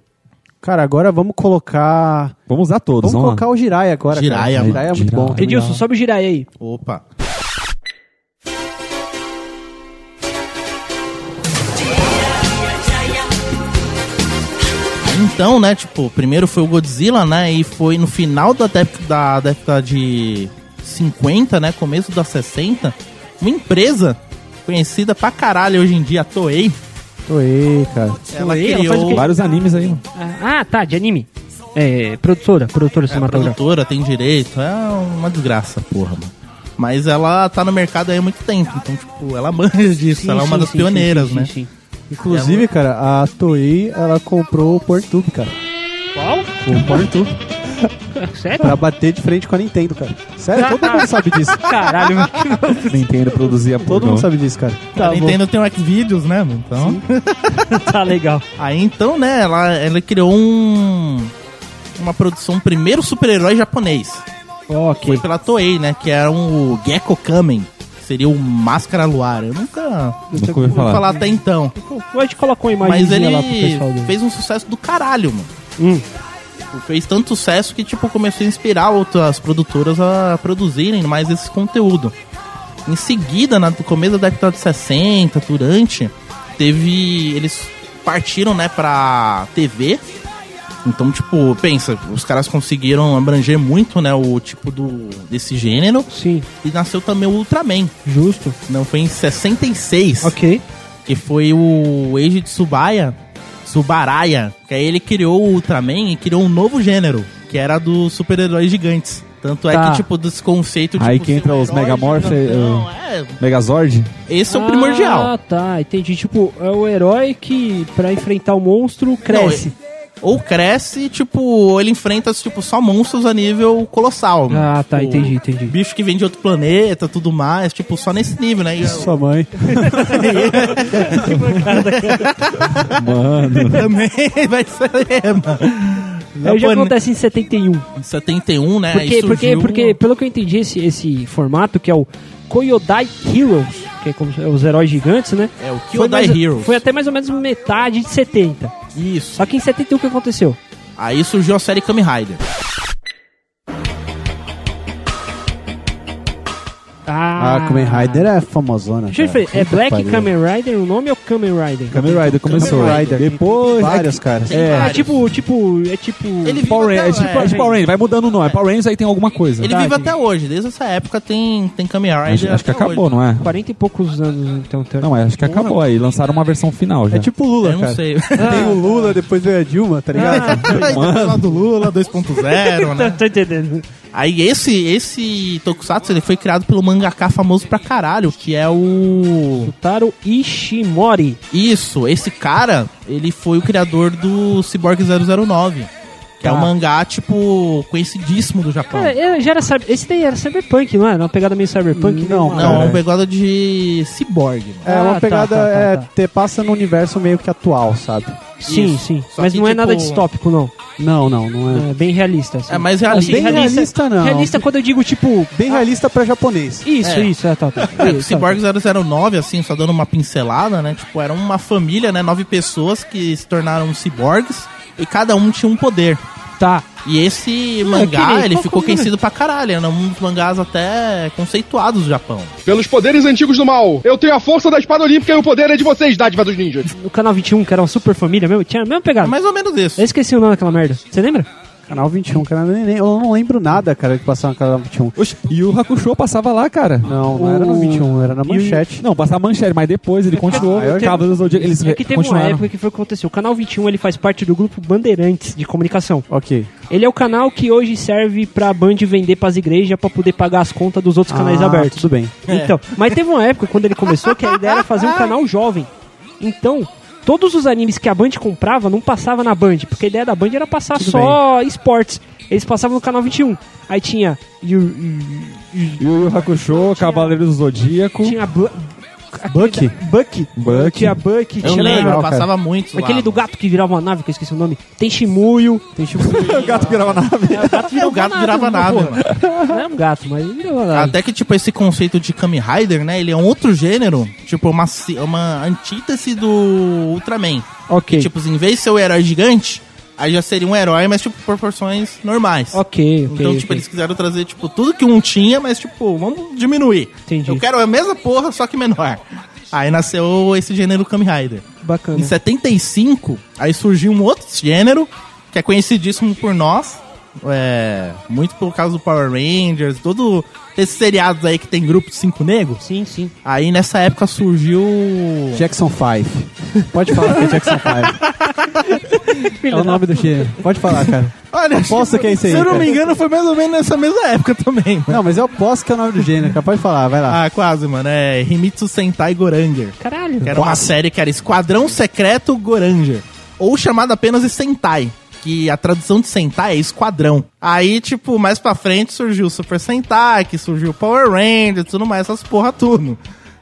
Cara, agora vamos colocar.
Vamos usar todos,
Vamos
vamos, lá.
colocar o Jiraiya agora. cara.
Jiraiya, mano.
Jiraiya é muito
Jiraiya.
bom.
Legal.
Edilson, sobe o Jiraiya aí.
Opa. Então, né, tipo, primeiro foi o Godzilla, né, e foi no final da, dép- da década de 50, né, começo da 60, uma empresa conhecida pra caralho hoje em dia, a Toei, é
Tô aí, cara.
ela
Toei, ela
criou...
faz o quê?
Vários animes aí, mano.
Ah, tá, de anime. É, produtora, produtora
É,
cinematográfica.
produtora, tem direito, é uma desgraça, porra, mano. Mas ela tá no mercado aí há muito tempo, então, tipo, ela manja disso,
Sim,
ela é uma
sim,
das
sim,
pioneiras,
sim,
né?
sim, sim.
Inclusive, cara, a Toei, ela comprou o Portube, cara.
Qual?
O Portube.
Sério?
pra bater de frente com a Nintendo, cara. Sério, todo mundo sabe disso.
Caralho, mano.
Nintendo produzia
Todo mundo sabe disso, cara.
tá
a
bom,
Nintendo tem o Xvideos, né, mano? Então,
tá legal.
aí então, né, ela, ela criou um uma produção, um primeiro super-herói japonês. Foi
Ok.
pela Toei, né, que era um Gecko Kamen, que seria o Máscara Luar. Eu nunca
Nunca ouvi
ouvi
falar.
falar até então.
A gente colocou uma
Mas
imagem
ele
lá pro pessoal do...
fez um sucesso do caralho, mano.
Hum.
Tipo, Fez tanto sucesso que, tipo, começou a inspirar outras produtoras a produzirem mais esse conteúdo. Em seguida, na- no começo da década de 60, durante, teve... Eles partiram, né, pra TV. Então, tipo, pensa, os caras conseguiram abranger muito, né, o tipo do, desse gênero.
Sim,
E nasceu também o Ultraman.
justo.
Não, foi em 66
Ok.
que foi o Eiji de Tsubaya, Subaraya, que aí ele criou o Ultraman e criou um novo gênero, que era dos super-heróis gigantes. Tanto é
Tá.
que, tipo, desse conceito de.
Aí que entra os Megamorph,
Não, é.
Megazord?
Esse é o primordial.
Ah, tá, entendi. Tipo, é o herói que, pra enfrentar o monstro, cresce.
Ou cresce, tipo, ou ele enfrenta, tipo, só monstros a nível colossal.
Ah, tá,
Tipo,
entendi, entendi.
Bicho que vem de outro planeta, tudo mais, tipo, só nesse nível, né? E-
Sua mãe.
Mano.
também vai ser.
Aí já acontece em 71.
71, né? aí
Porque, porque,
surgiu-
porque, pelo que eu entendi, esse, esse formato, que é o Koyodai Heroes, que é como se- os heróis gigantes, né?
É o
Foi
Kyodai
mais-
Heroes.
Foi até mais ou menos metade de 70.
Isso.
Só que em 71 o que aconteceu?
Aí surgiu a série Kamen Rider.
A Kamen Rider é famosona.
Ah, Deixa eu
cara.
ver, é
Puta
Black
pariu.
Kamen Rider o nome ou Kamen Rider?
Kamen Rider começou.
Kamen Rider.
Depois.
Vários, caras.
Tem
É,
vários.
tipo, tipo, é tipo...
Ele
Power
vive
Rangers.
até,
É tipo,
é,
é tipo Power Rangers, vai mudando o nome. Power Rangers aí tem alguma coisa.
ele vive até hoje, desde essa época tem, tem Kamen
Acho,
Rider.
acho que
até
acabou,
hoje.
não é?
40 e poucos anos, então. teoricamente.
Não, é, acho que acabou aí. Lançaram uma versão final já.
É tipo o Lula,
Eu não
cara.
sei.
Tem o Lula, depois veio a Dilma, tá ligado?
Ah.
Lá do Lula 2.0, né?
Tô entendendo.
Aí esse, esse Tokusatsu ele foi criado pelo mangaka famoso pra caralho, que é o.
Taro Ishimori.
Isso, esse cara, ele foi o criador do Cyborg 009. que Que é um mangá, tipo, conhecidíssimo do Japão.
Cara, É, eu já era cyber- esse daí era Cyberpunk, não era? Uma pegada meio Cyberpunk? né?
Não,
Não, é
cara.
um pegada de cyborg, mano.
É
Ah,
uma
tá,
pegada.
tá, tá,
é,
tá.
te- passa no universo meio que atual, sabe?
Sim,
Isso.
sim.
Só
Mas
que,
não é nada
tipo,
distópico, não.
Não, não, não é.
É bem realista. assim.
É mais realista.
Assim,
Bem realista, não.
Realista quando eu digo, tipo...
Bem realista pra japonês.
Isso,
É.
isso. É, tá, tá.
É, o
Isso, tá.
Cyborg 009, assim, só dando uma pincelada, né? Tipo, era uma família, né? Nove pessoas que se tornaram ciborgues e cada um tinha um poder.
Tá.
E esse
Ah,
mangá,
aquele-
ele
qual-
ficou
qual o nome?
conhecido pra caralho. Era um dos mangás até conceituados do Japão.
Pelos poderes antigos do mal, eu tenho a força da espada olímpica e o poder é de vocês, dádiva dos ninjas.
No Canal 21, que era uma super família mesmo, tinha a mesma
É
pegada.
mais ou menos isso.
Eu esqueci o nome daquela merda. Você lembra?
Ah,
Canal 21, cara, nem, nem- eu não lembro nada, cara, que passava no canal 21.
Oxe, e o Hakusho passava lá, cara.
Não, não era no 21, era na manchete.
Não, passava manchete, mas depois ele continuou.
Ah, eu-
Cavaleiros do Zodíaco, eles
É que teve uma
continuaram.
época que foi o que aconteceu. O Canal 21, ele faz parte do grupo Bandeirantes de comunicação.
Ok.
Ele é o canal que hoje serve pra Band vender pras igrejas pra poder pagar as contas dos outros canais
Ah,
abertos.
Tudo bem.
É.
Então, mas teve uma época quando ele começou que a ideia era fazer um canal jovem. Então, todos os animes que a Band comprava não passava na Band, porque a ideia da Band era passar
Tudo
só esportes. Eles passavam no canal 21. Aí tinha Yu- Yu-
E o Hakusho, Cavaleiros do Zodíaco,
tinha Bu-
Bucky?
Bucky.
Buck.
Tinha Bucky,
Eu
tinha
lembro,
legal, cara.
passava muito lá.
é aquele do
mano.
gato que virava uma nave, que eu esqueci o nome. Tem Shimuyo. Tem Shimuyo.
O gato virava nave.
É, o gato virava
né,
nave, mano.
Não é um gato, mas ele virava nave.
Até que, tipo, esse conceito de Kamen Rider, né? Ele é um outro gênero, tipo, uma, ci- uma antítese do Ultraman.
Ok.
Tipo, em vez de ser o herói gigante, aí já seria um herói, mas, tipo, proporções normais.
Ok, ok.
Então, tipo,
ok.
eles quiseram trazer, tipo, tudo que um tinha, mas, tipo, vamos diminuir.
Entendi.
Eu quero a mesma porra, só que menor. Aí nasceu esse gênero Kamen Rider.
Bacana.
Em 75, aí surgiu um outro gênero, que é conhecidíssimo por nós. É, muito por causa do Power Rangers, todo esses seriados aí que tem grupo de cinco negros.
Sim, sim.
Aí nessa época surgiu.
Jackson 5. Pode falar que é Jackson 5.
É o nome do gênero.
Pode falar, cara.
Olha,
Aposto que é isso aí.
se eu não me
cara.
engano, foi mais ou menos nessa mesma época também. Mano.
Não, mas eu aposto que é o nome do gênero, cara. Pode falar, vai lá.
Ah, quase, mano. É Himitsu Sentai Goranger.
Caralho.
Que era uma série que era Esquadrão Secreto Goranger. Ou chamada apenas de Sentai. Que a tradução de Sentai é esquadrão. Aí, tipo, mais pra frente surgiu o Super Sentai, que surgiu o Power Ranger, tudo mais, essas porra tudo.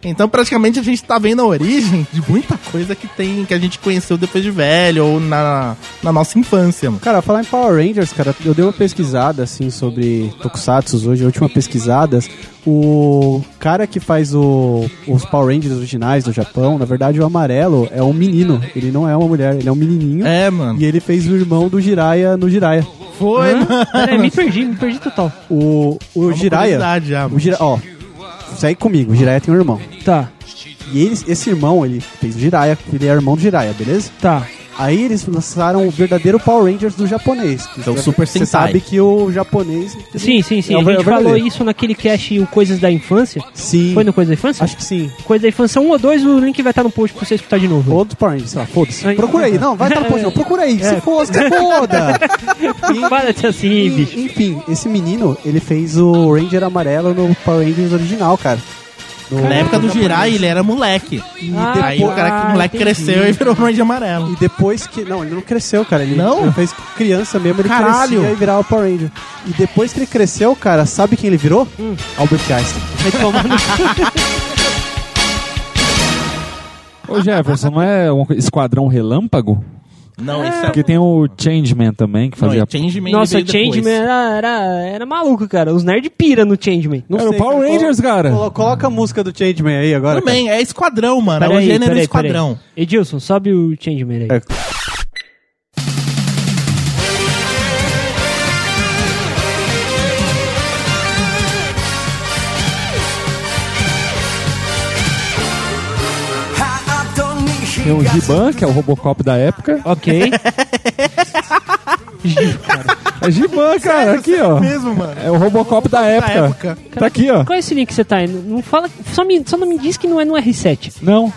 Então, praticamente, a gente tá vendo a origem de muita coisa que tem, que a gente conheceu depois de velho, ou na, na nossa infância, mano.
Cara, falar em Power Rangers, cara, eu dei uma pesquisada, assim, sobre Tokusatsu hoje, a última pesquisada. O cara que faz o- os Power Rangers originais do Japão, na verdade, o amarelo é um menino. Ele não é uma mulher, ele é um menininho.
É, mano.
E ele fez o irmão do Jiraiya no Jiraiya.
Foi, mano.
Peraí, me perdi, me perdi total.
O, o
É Uma
Jiraiya...
curiosidade Já,
O
mano.
Jira, ó, segue comigo, o Jiraiya tem um irmão.
Tá,
E eles- esse irmão, ele fez o Jiraiya, ele é irmão do Jiraiya, beleza?
tá.
Aí eles lançaram o verdadeiro Power Rangers do japonês. Que
Que é o Super
Você
Sentai.
sabe que o japonês...
Sim, sim, sim.
É o
a gente
verdadeiro.
falou isso naquele cast o Coisas da Infância.
Sim.
Foi no Coisas da Infância?
Acho que sim.
Coisas da Infância 1 ou 2, o link vai estar no post pra você escutar de novo.
Outro Power Rangers, sei lá, foda-se.
Aí-
Procura aí, não, vai estar no post, não. Procura aí, que
É.
se foda, se foda.
Para de ser assim, bicho.
E, enfim, esse menino, ele fez o Ranger amarelo no Power Rangers original, cara. No-
Na época do Jirai, ele era moleque.
Ah,
Aí o cara que o moleque
entendi.
cresceu e virou um Ranger amarelo.
E depois que. Não, ele não cresceu, cara. Ele
Não?
ele fez criança mesmo, ele
Caralho!
crescia e virava Power Ranger. E depois que ele cresceu, cara, sabe quem ele virou?
Hum.
Albert Einstein.
Vai tomar no cu.
Ô Jefferson, não é um Esquadrão Relâmpago?
Não, esse é
Porque tem o Changeman também, que fazia...
Não, Changeman
Nossa,
veio depois.
Changeman é era, era, era maluco, cara. Os nerd pira no Changeman.
Não
Era o Power Rangers,
Colo-
cara.
colo- Coloca a música do Changeman aí agora.
Também, é esquadrão, mano. é o
Peraí,
gênero
peraí,
esquadrão.
peraí. Edilson, sobe o Changeman aí.
É.
Tem o Giban, que é o Robocop da época.
Ok.
É Giban, cara, aqui, ó.
Mesmo, mano.
É o Robocop da época.
época.
Tá aqui, ó.
Qual é esse link que você tá indo? Não fala, só, me, só não me diz que não é no R7.
Não.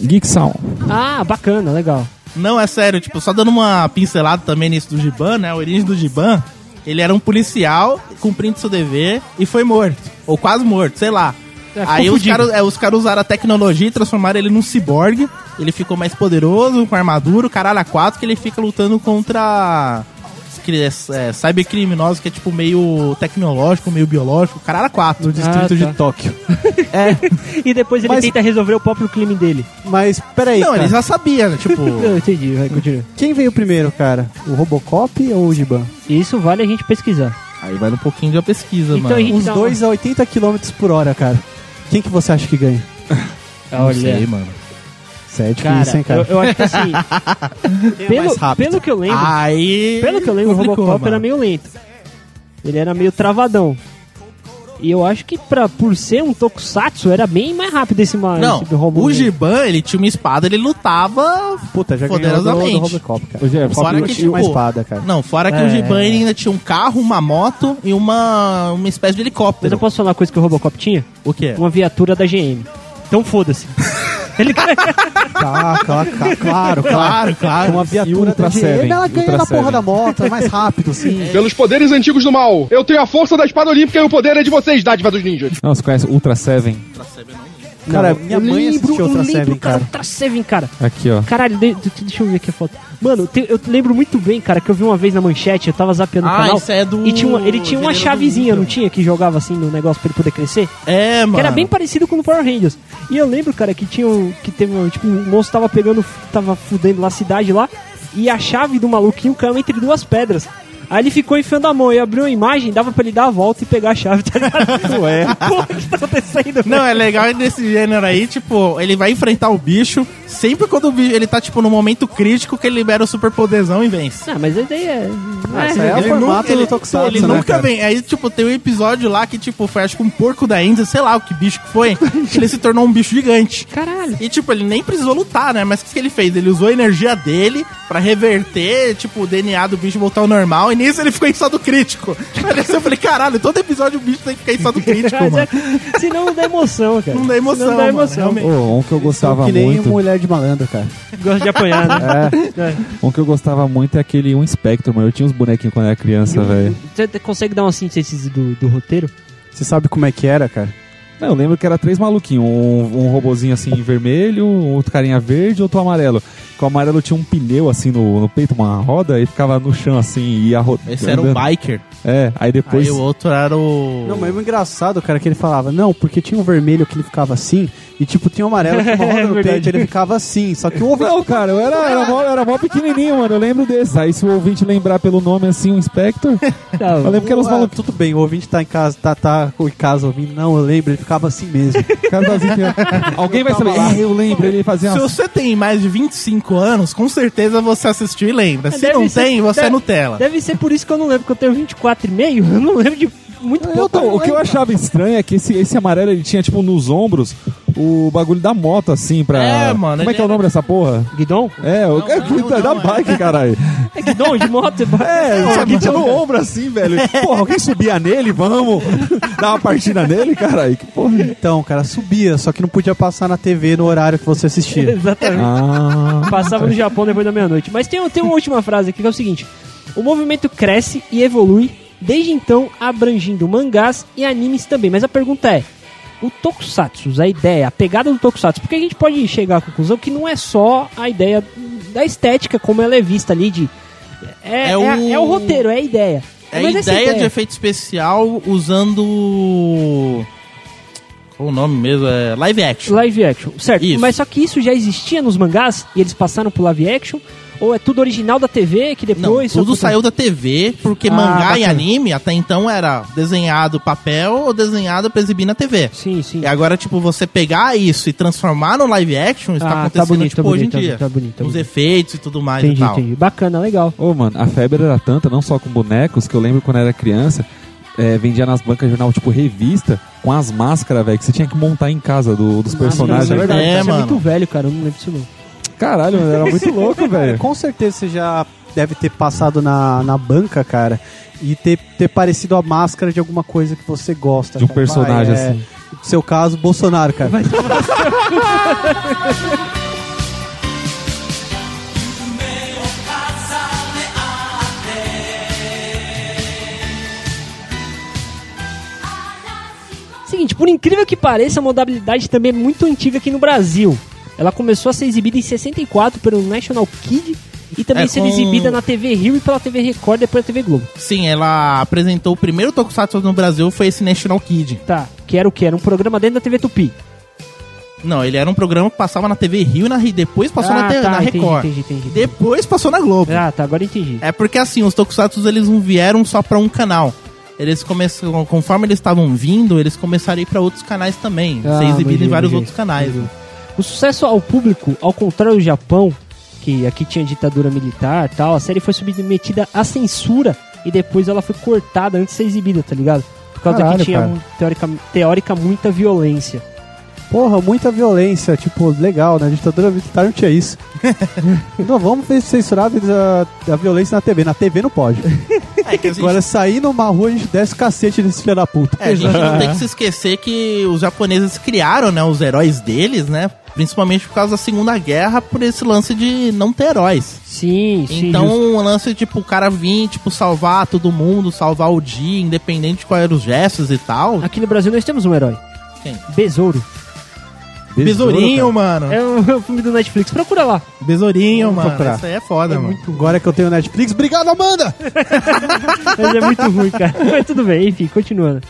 Geek Sound.
Ah, bacana, legal.
Não, é sério, tipo, só dando uma pincelada também nisso do Giban, né? A origem do Giban, ele era um policial cumprindo seu dever e foi morto. Ou quase morto, sei lá.
É,
Aí os
confundido.
caras é, os caras usaram a tecnologia e transformaram ele num ciborgue. Ele ficou mais poderoso, com armadura, o caralho a quatro, que ele fica lutando contra cri- é, é, cybercriminosos que é tipo meio tecnológico, meio biológico, caralho, quatro. Ah,
No distrito
tá.
de Tóquio.
E depois ele
Mas-
tenta resolver o próprio crime dele.
Mas, peraí,
Não,
cara.
ele já sabia, né? Tipo.
Eu entendi, vai, continua.
quem veio primeiro, cara? O Robocop ou o Giban?
Isso vale a gente pesquisar.
aí vai um pouquinho da pesquisa,
Então,
mano.
a gente-
Os
Então-
dois a 80 km por hora, cara. Quem que você acha que ganha?
Não sei, mano.
Isso é difícil,
cara, É
hein, cara?
Eu, eu acho que assim.
mais
pelo,
rápido.
pelo que eu lembro,
Aí.
pelo que eu lembro, o
complicou,
Robocop
mano.
era meio lento. Ele era meio travadão. E eu acho que pra, por ser um tokusatsu, era bem mais rápido esse, ma-
Não,
esse robô.
o
mesmo.
Giban, ele tinha uma espada, ele lutava.
Puta, já ganhou do, do
Poderosamente.
Robocop, cara.
Ô, Jefferson,
Robocop
fora
não
que,
tinha uma
tipo,
espada, cara.
Não, fora que
É.
o Giban ele ainda tinha um carro, uma moto e uma, uma espécie de
Mas eu
helicóptero.
posso falar uma coisa que o Robocop tinha?
O quê?
Uma viatura da GM. Então foda-se. Ele
Tá, cla- cla- claro,
Claro, claro.
Uma viatura
Ultra
da GM,
Seven,
ela ganha
Ultra
na porra
Seven.
da moto, é mais rápido, sim.
Pelos poderes antigos do mal, eu tenho a força da espada olímpica e o poder é de vocês, dádiva dos ninjas.
Não, você conhece Ultra Seven?
Cara, minha mãe assistiu Ultra Seven, cara.
Ultra Seven, cara.
Aqui, ó.
Caralho, de- de- deixa eu ver aqui a foto. Mano, tem- eu lembro muito bem, cara, que eu vi uma vez na manchete, eu tava zapeando o
Ah,
canal.
isso é do-
E tinha uma- ele tinha uma
Guerreiro do
chavezinha,
Ultra.
não tinha? Que jogava assim no negócio pra ele poder crescer?
É, mano.
Que era bem parecido com o Power Rangers. E eu lembro, cara, que tinha um. Que teve um. Tipo, um monstro tava pegando. Tava fudendo lá a cidade lá. E a chave do maluquinho caiu entre duas pedras. Aí ele ficou enfiando a mão e abriu a imagem, dava pra ele dar a volta e pegar a chave, tá ligado? Ué. Porra, o que tá acontecendo,
Não, é legal desse gênero aí, tipo, ele vai enfrentar o bicho. Sempre quando o bicho ele tá, tipo, num momento crítico que ele libera o super poderzão e vence.
Ah, mas a ideia é.
isso aí é o
Ele
formato
nunca- ele-
tá
do Tokusatsu,
Ele
né,
nunca
cara?
vem. Aí, tipo, tem um episódio lá que, tipo, foi acho que um porco da Índia, sei lá o que bicho que foi. ele se tornou um bicho gigante.
Caralho.
E, tipo, ele nem precisou lutar, né? Mas o que que ele fez? Ele usou a energia dele pra reverter, tipo, o DNA do bicho voltar ao normal. E nisso ele ficou em estado crítico. Aí eu falei, caralho, todo episódio o bicho tem que ficar em estado crítico,
Mas
mano.
é- senão não dá emoção, cara.
Não dá emoção,
Senão não dá
mano,
emoção.
realmente.
Ô, um que eu gostava
que nem
muito.
mulher de malandro, cara.
Gosto de apanhar, né?
Um que eu gostava muito é aquele um Spectrum, mano. Eu tinha uns bonequinhos quando era criança, velho.
É. Você te- consegue dar uma síntese do, do roteiro?
Você sabe como é que era, cara?
Não, Eu lembro que era três maluquinhos. Um, um robozinho assim vermelho, um outro carinha verde outro amarelo. Que o amarelo tinha um pneu assim no, no peito, uma roda, e ficava no chão assim e ia rodando.
Esse era o biker.
É, aí depois.
Aí o outro era o.
Não, mas o engraçado, cara, que ele falava, não, porque tinha um vermelho que ele ficava assim, e tipo, tinha um amarelo que uma roda
É
no
verdade.
peito, ele ficava assim, só que o ovo...
Não, cara, eu era, era, mó, era mó pequenininho, mano. Eu lembro desse. Aí se o ouvinte lembrar pelo nome assim, um Spectre.
Tá,
Eu lembro que elas
Ah,
falam.
tudo bem, o ouvinte tá em casa, tá, tá em casa ouvindo, não, eu lembro, ele ficava assim mesmo.
Cara, tá assim, tem- Alguém vai saber. Ah, eu lembro, ele fazia
Se
uma
você tem mais de 25 anos, com certeza você assistiu e lembra. Se
Deve
não
ser-
tem, você é
deve-
Nutella.
Deve ser por isso que eu não lembro, porque eu tenho 24,5, eu não lembro de muito
Eu
pouco.
tô- Então, o que eu achava estranho é que esse, esse amarelo ele tinha, tipo, nos ombros o bagulho da moto, assim, pra.
É, mano,
Como é
ele
que é o
era-
nome dessa porra?
Guidon?
É, o é,
não,
da
não, é.
bike, caralho.
É Guidon de moto?
É, só que tinha no ombro assim, velho. Porra, alguém subia nele, vamos dar uma partida nele, caralho. Que porra.
Então, cara, subia, só que não podia passar na TV no horário que você assistia.
Exatamente.
Ah,
Passava no Japão depois da meia-noite. Mas tem, um, tem uma última frase aqui que é o seguinte: O movimento cresce e evolui, desde então abrangindo mangás e animes também. Mas a pergunta é: o Tokusatsu, a ideia, a pegada do Tokusatsu, porque a gente pode chegar à conclusão que não é só a ideia da estética como ela é vista ali de. É,
É
é, a-
o-
é o roteiro, é a ideia.
É
Mas essa
ideia de efeito especial usando. Qual o nome mesmo? É live action.
Live action, certo.
Isso.
Mas só que isso já existia nos mangás e eles passaram pro live action? Ou é tudo original da TV que
Não,
depois. só
tudo
foi-
saiu da TV, porque
Ah,
mangá e
bacana.
anime até então era desenhado papel ou desenhado pra exibir na TV.
Sim, sim.
E agora, tipo, você pegar isso e transformar no live action, isso
Ah, tá
tá acontecendo
bonito,
tipo,
tá
hoje em
bonito, tá
dia.
bonito, tá bonito, tá
Os
bonito.
efeitos e tudo mais
Entendi,
e tal.
entendi. Bacana, legal.
Ô, mano, a febre era tanta, não só com bonecos, que eu lembro quando era criança, é, vendia nas bancas de jornal, tipo, revista, com as máscaras, velho, que você tinha que montar em casa do- dos personagens.
Nossa, é verdade.
É,
Você é
mano.
muito velho, cara. Eu não lembro disso não.
Caralho, mano, era muito louco, velho.
Com certeza você já deve ter passado na, na banca, cara, e ter, ter parecido a máscara de alguma coisa que você gosta.
De um
cara.
personagem,
Vai, é,
assim.
No seu caso, Bolsonaro, cara.
Seguinte, por incrível que pareça, a modalidade também é muito antiga aqui no Brasil. Ela começou a ser exibida em 64 pelo National Kid e também
É,
sendo
um-
exibida na TV Rio e pela TV Record depois da TV Globo.
Sim, ela apresentou o primeiro Tokusatsu no Brasil, foi esse National Kid.
Tá, que era o que? Era um programa dentro da TV Tupi.
Não, ele era um programa que passava na TV Rio e na- e depois passou
Ah,
na, te-
tá,
na
entendi,
Record.
entendi, entendi.
Depois passou na Globo.
Ah, tá, agora entendi.
É porque assim, os Tokusatsu eles não vieram só pra um canal. Eles começaram, conforme eles estavam vindo, eles começaram a ir pra outros canais também.
Ah,
ser exibido
entendi,
em vários
entendi,
outros canais.
entendi. O sucesso ao público, ao contrário do Japão, que aqui tinha ditadura militar e tal, a série foi submetida à censura e depois ela foi cortada antes de ser exibida, tá ligado? Por causa
Caralho,
que tinha,
cara.
mu- teórica, teórica, muita violência.
Porra, muita violência, tipo, legal, na ditadura militar não tinha isso. não, vamos fe- censurar a, a violência na TV. Na TV não pode.
É que a gente,
Agora, sair numa rua, a gente desce o cacete nesse filho da puta.
é, a gente não tem que se esquecer que os japoneses criaram, né, os heróis deles, né? Principalmente por causa da Segunda Guerra, por esse lance de não ter heróis.
Sim, sim.
Então,
justo.
o lance, tipo, o cara vir, tipo, salvar todo mundo, salvar o dia, independente de quais eram os gestos e tal.
aqui no Brasil nós temos um herói.
Quem?
Besouro.
Besourinho, mano.
É um filme do Netflix, procura lá.
Besourinho,
Vamos
mano.
procurar.
Isso aí é foda, mano.
Agora que eu tenho Netflix, obrigado, Amanda!
Mas é muito ruim, cara. Mas tudo bem, enfim, continuando.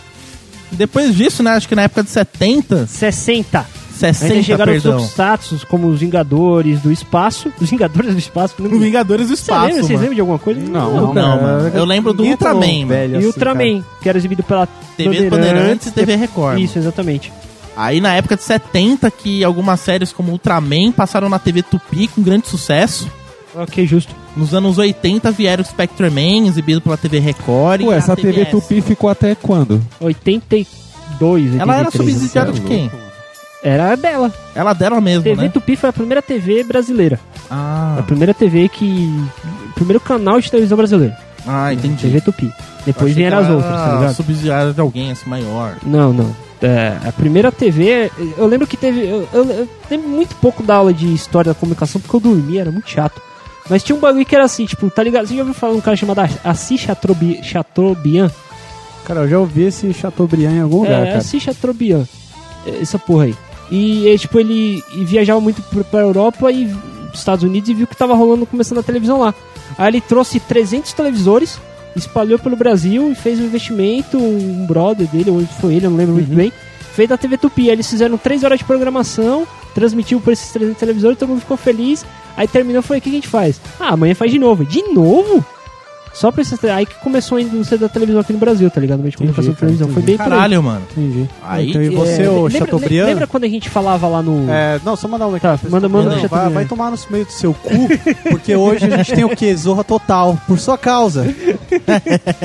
Depois disso, né, acho que na época de 70,
60. Ainda
60,
chegaram
perdão.
outros status, como os Vingadores do Espaço. Os Vingadores do Espaço, não me
Vingadores do
Você lembra? Vocês lembram de alguma coisa?
Não,
Não, não, mano. Eu lembro do
Ninguém é tão
Ultraman, mano.
velho
E
assim,
Ultraman, que era exibido pela
TV Bandeirantes e TV Record.
Isso, exatamente.
Aí na época de 70, que algumas séries como Ultraman passaram na TV Tupi com grande sucesso.
Ok, justo.
Nos anos 80 vieram Spectreman, exibido pela TV Record.
Ué,
e
essa
na
TV
TVS.
Tupi ficou até quando?
82,
Ela era
83.
subsidiada de
Cê é
quem?
Era dela.
Ela dela mesmo,
TV
né?
Tupi foi a primeira TV brasileira. A
Ah,
primeira TV que... O primeiro canal de televisão brasileiro.
ah, entendi.
TV É, Tupi. Depois
Achei
vieram
que
as
ela
outras, tá
era
ligado?
Subsidiada de alguém, assim, maior.
Não, não. É, a primeira TV, eu lembro que teve. Eu, eu, eu lembro muito pouco da aula de história da comunicação porque eu dormia, era muito chato. Mas tinha um bagulho que era assim, tipo, tá ligado? Você já ouviu falar de um cara chamado Assis Chatrobi, Chatrobian?
Cara, eu já ouvi esse Chateaubriand em algum lugar,
é,
cara.
Assis Chatrobian. É, Essa porra aí. E, é, tipo, ele e viajava muito pra, pra Europa e pros Estados Unidos e viu que tava rolando, começando a televisão lá. Aí ele trouxe 300 televisores, espalhou pelo Brasil e fez um investimento, um brother dele, ou foi ele, eu não lembro
Uhum.
muito bem, fez da TV Tupi. Aí eles fizeram 3 horas de programação, transmitiu por esses 300 televisores, todo mundo ficou feliz. Aí terminou, foi o que a gente faz? Ah, amanhã faz de novo. De novo? Só pra esses... Aí que começou a indústria da televisão aqui no Brasil, tá ligado? Meio de comunicação
Entendi,
de televisão.
cara,
Foi bem por aí.
Caralho, mano.
Entendi.
Aí
então, e
É,
você, ô
lembra-
Chateaubriand?
Lembra quando a gente falava lá no.
É, não, só mandar um aqui.
Tá, manda- manda
Não,
o
vai,
Chateaubriand.
vai tomar no meio do seu cu, porque hoje a gente tem o quê? Zorra total, por sua causa.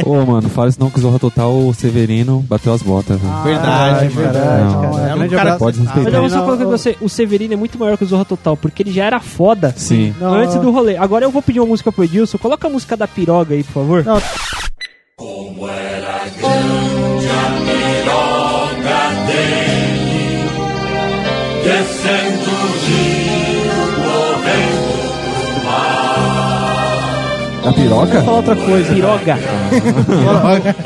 Ô, mano, fala isso não que o Zorra Total, o Severino bateu as botas. velho.
Verdade,
Ai,
mano.
verdade,
Não,
Ah, cara.
é um
Grande
cara
abraço.
Pode
Mas
respeitar.
eu vou só
Não,
colocar com
eu-
você: o Severino é muito maior que o Zorra Total, porque ele já era foda
Sim.
Não,
antes
eu-
do rolê. Agora eu vou pedir uma música pro Edilson. Coloca a música da piroga aí, por favor.
Não.
A piroca?
Vou falar outra coisa.
Piroga.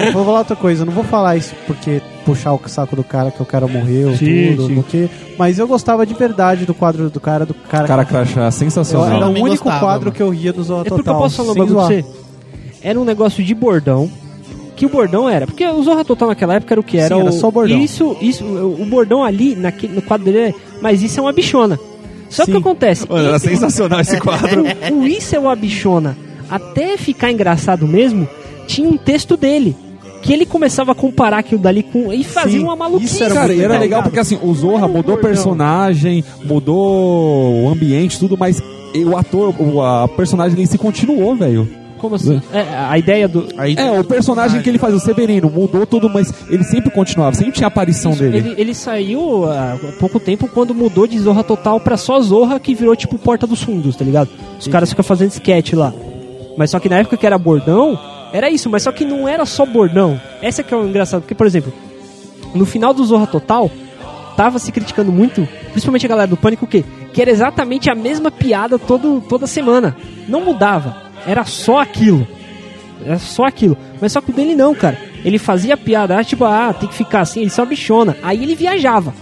Vou- vou falar outra coisa, não vou falar isso porque puxar o saco do cara que o cara morreu,
Sim,
tudo,
sim.
porque. Mas eu gostava de verdade do quadro do cara, do cara.
Cara crachá,
eu, era
sensacional.
o
também
único
gostava,
quadro
mano.
que eu ria do Zorra
É
Total.
porque eu posso falar um
sem
bagulho pra
zoar.
você? Era um negócio de bordão. Que o bordão era. Porque o Zorra Total naquela época era o que? Era,
Sim, era
o,
só bordão.
Isso, isso, o bordão ali, naquele, no quadro dele, é, mas isso é uma bichona. Só que o
Sim. é
que acontece?
Mano, era
Esse-
sensacional esse quadro.
O, o Isso é uma bichona. Até ficar engraçado mesmo, tinha um texto dele. Que ele começava a comparar aquilo dali com. E fazia
Sim,
uma maluquice. Tá
isso era
Cara, e
muito
era
legal.
legal porque assim, o Zorra mudou o personagem, mudou o ambiente, tudo, mas o ator, o a personagem em si continuou, velho.
Como
Hum.
assim? É, a ideia do.
Aí,
É, o personagem que ele fazia, o Severino, mudou tudo, mas ele sempre continuava, sempre tinha a aparição dele.
Ele, ele saiu ah, há pouco tempo quando mudou de Zorra Total pra só Zorra, que virou tipo Porta dos Fundos, tá ligado? Os caras ficam fazendo sketch lá. Mas só que na época que era bordão, era isso, mas só que não era só bordão. Essa que é o engraçado, porque, por exemplo, no final do Zorra Total, tava se criticando muito, principalmente a galera do Pânico, o quê? Que era exatamente a mesma piada todo, toda semana. Não mudava, era só aquilo. Era É só aquilo. Mas só que o dele não, cara. Ele fazia piada, ah, tipo, ah, tem que ficar assim, ele só bichona. Aí ele viajava.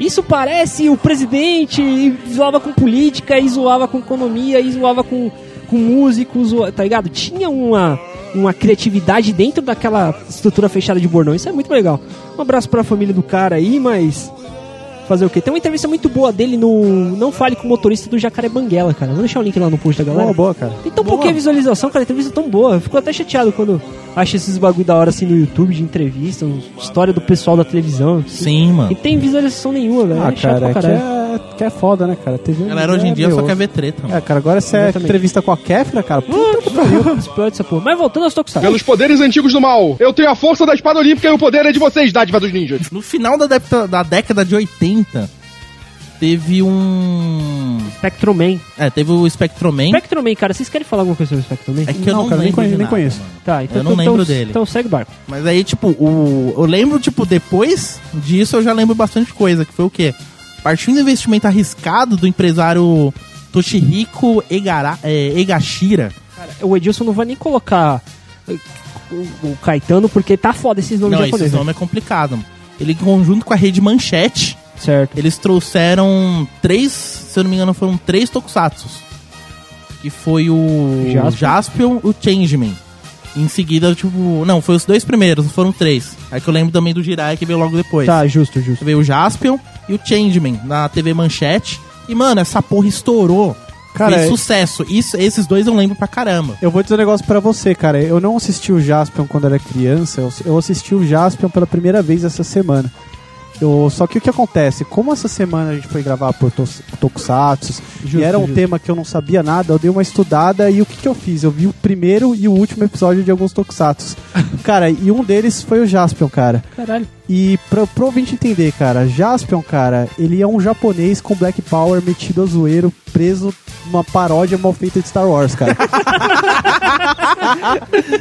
Isso parece o presidente e zoava com política, e zoava com economia, e zoava com, com músicos, o- tá ligado? Tinha uma, uma criatividade dentro daquela estrutura fechada de bordão. Isso é muito legal. Um abraço pra família do cara aí, mas. Fazer o quê? Tem uma entrevista muito boa dele no Não Fale com o Motorista do Jacaré Banguela, cara. Vou deixar o link lá no post da galera.
Boa, boa, cara.
Tem tão pouquinha visualização, cara. Então A entrevista é tão boa. Eu Fico até chateado quando acho esses bagulho da hora assim no YouTube de entrevista, um- história do pessoal da televisão. assim.
Sim,
E
mano.
tem visualização nenhuma, velho.
Ah,
é chato
cara,
pra
é que
caralho.
é, que é foda, né, cara? TV
Galera,
um
hoje em dia só
meio-
quer ver treta, mano.
É, cara, agora se é
Exatamente.
entrevista com a Kéfira, cara, puta que pariu.
Explode essa porra. Mas voltando aos Tokusatsu.
Pelos poderes antigos do mal, eu tenho a força da espada olímpica e o poder é de vocês, dádiva dos ninjas.
No final da, depta- da década de 80, teve um.
Spectroman.
É, teve o Spectroman.
Spectroman, cara, vocês querem falar alguma coisa sobre o Spectroman?
É que eu
Não,
não
cara, nem
lembro.
conhe-
de
nem
nada,
conheço.
mano.
Tá,
eu não lembro
então,
dele.
Então segue o barco.
Mas aí, tipo, o... eu lembro, tipo, depois disso eu já lembro bastante coisa, que foi o quê? Partindo do investimento arriscado do empresário Toshihiko Egara... é, Egashira.
O Edilson não vai nem colocar eh, o, o Caetano porque tá foda esses nomes
Não, esse
japoneses.
né?
nome é complicado. mano. Ele, em conjunto com a rede Manchete,
Certo.
eles trouxeram três, se eu não me engano, foram três tokusatsus. Que foi o
Jaspion.
Jaspion, o Changeman. Em seguida, tipo, não, foi os dois primeiros, não foram três. Aí que eu lembro também do Jiraiya que veio logo depois.
Tá, justo, justo.
Veio o Jaspion e o Changeman na TV Manchete. E, mano, essa porra estourou.
Cara,
Fez
é-
sucesso. Isso, esses dois eu lembro pra caramba.
Eu vou dizer um negócio pra você, cara. Eu não assisti o Jaspion quando era criança. Eu, eu assisti o Jaspion pela primeira vez essa semana. Eu- só que o que acontece? Como essa semana a gente foi gravar por tos- Tokusatsu,
Justo,
e era um
justo.
tema que eu não sabia nada, eu dei uma estudada e o que, que eu fiz? Eu vi o primeiro e o último episódio de alguns Tokusatsu. cara, e um deles foi o Jaspion, cara.
Caralho.
E pra, pro ouvinte entender, cara, Jaspion, cara, ele é um japonês com Black Power metido a zoeiro, preso numa paródia mal feita de Star Wars, cara.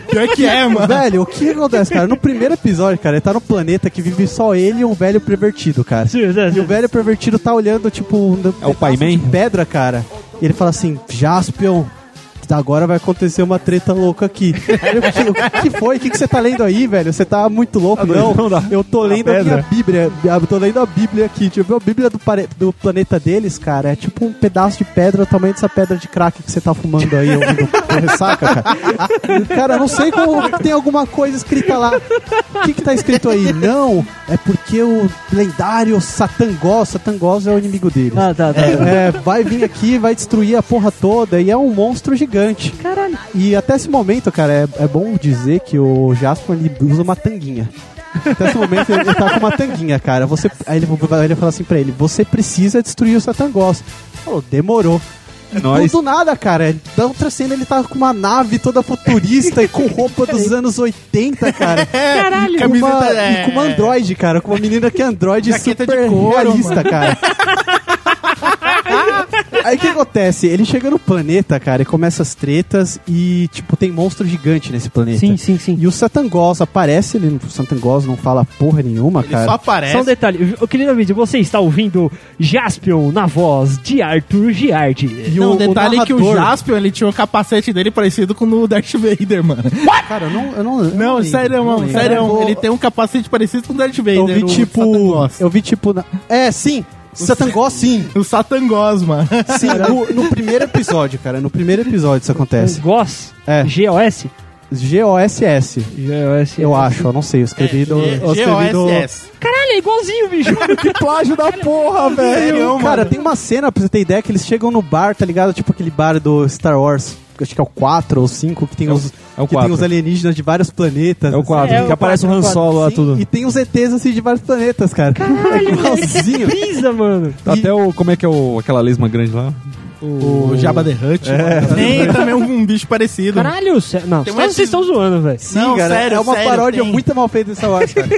Pior que é,
Velho, o que acontece, cara? No primeiro episódio, cara, ele tá no planeta que vive só ele e um velho pervertido, cara. E o velho pervertido tá olhando, tipo, um
É o Pai
pedaço de
Man?
pedra, cara. E ele fala assim, Jaspion, agora vai acontecer uma treta louca aqui. Aí eu, o, que, o que foi? O que, que você tá lendo aí, velho? Você tá muito louco, não? eu tô lendo a minha Bíblia. Eu tô lendo a Bíblia aqui. Tipo, a Bíblia do, pare- do planeta deles, cara, é tipo um pedaço de pedra, o tamanho dessa pedra de crack que você tá fumando aí, ouvindo o ressaca, cara. Cara, eu não sei como tem alguma coisa escrita lá. O que, que tá escrito aí? Não, é porque o lendário Satangó, Satangós é o inimigo dele.
Ah, tá, tá.
É, vai vir aqui, vai destruir a porra toda e é um monstro gigante. Caralho. E até esse momento, cara, é, é bom dizer que o Jasper ele usa uma tanguinha. Até esse momento ele, ele tá com uma tanguinha, cara. Você, aí ele, vai- ele fala assim pra ele: Você precisa destruir o Satangós. Ele Falou, demorou. E
nóis.
do nada, cara. É, Da outra cena ele tá com uma nave toda futurista e com roupa dos anos 80, cara.
Caralho.
Com uma,
Camiseta, é.
e com uma androide, cara. Com uma menina que é androide
Jaqueta de
super
couro,
realista, cara. Aí o que acontece? Ele chega no planeta, cara, e começa as tretas e, tipo, tem monstro gigante nesse planeta.
Sim, sim, sim.
E o Satangos aparece, ele, o Satangos não fala porra nenhuma,
Ele
cara.
só
Só um
aparece.
detalhe, o querido vídeo, você está ouvindo Jaspion na voz de Arthur Giardi.
E
Não, o detalhe é que o
narrador-
Jaspion, ele tinha o capacete dele parecido com o do Darth Vader, mano.
Cara, eu não. Eu não, eu
Não,
lembro,
sério,
não
mano,
lembro.
sério,
Eu vou-
ele tem um capacete parecido com o Darth Vader.
Eu vi
o
tipo.
Satangos.
Eu vi tipo. na- É, sim! Satangos, sim!
O Satangos, mano.
Sim, no, no primeiro episódio, cara. No primeiro episódio isso acontece.
GOS?
É.
GOS?
G-O-S-S,
GOS.
eu acho. Eu não sei, eu escrevi do. eu escrevi do-
G-O-S-S.
é. Caralho, é igualzinho, bicho.
Que plágio da porra,
É,
velho! Cara, tem uma cena, pra você ter ideia, que eles chegam no bar, tá ligado? Tipo aquele bar do Star Wars, acho que é o 4 ou 5, que tem os.
É o
que tem
4.
os alienígenas de vários planetas.
É o 4,
É, é o
que aparece o Han Solo lá,
Sim,
tudo.
E tem os ETs assim de vários planetas, cara. Caralho, igualzinho.
Pisa, mano.
Até o. Como é que é o, aquela lesma grande lá? É,
O Jabba the Hutt. Tem também um, um bicho parecido.
Caralho, sé- não,
Tem um.
só
esses-
vocês estão zoando, velho.
Sim,
Não,
cara,
sério,
é uma
sério,
paródia
tem.
muito mal feita de Star Wars, cara.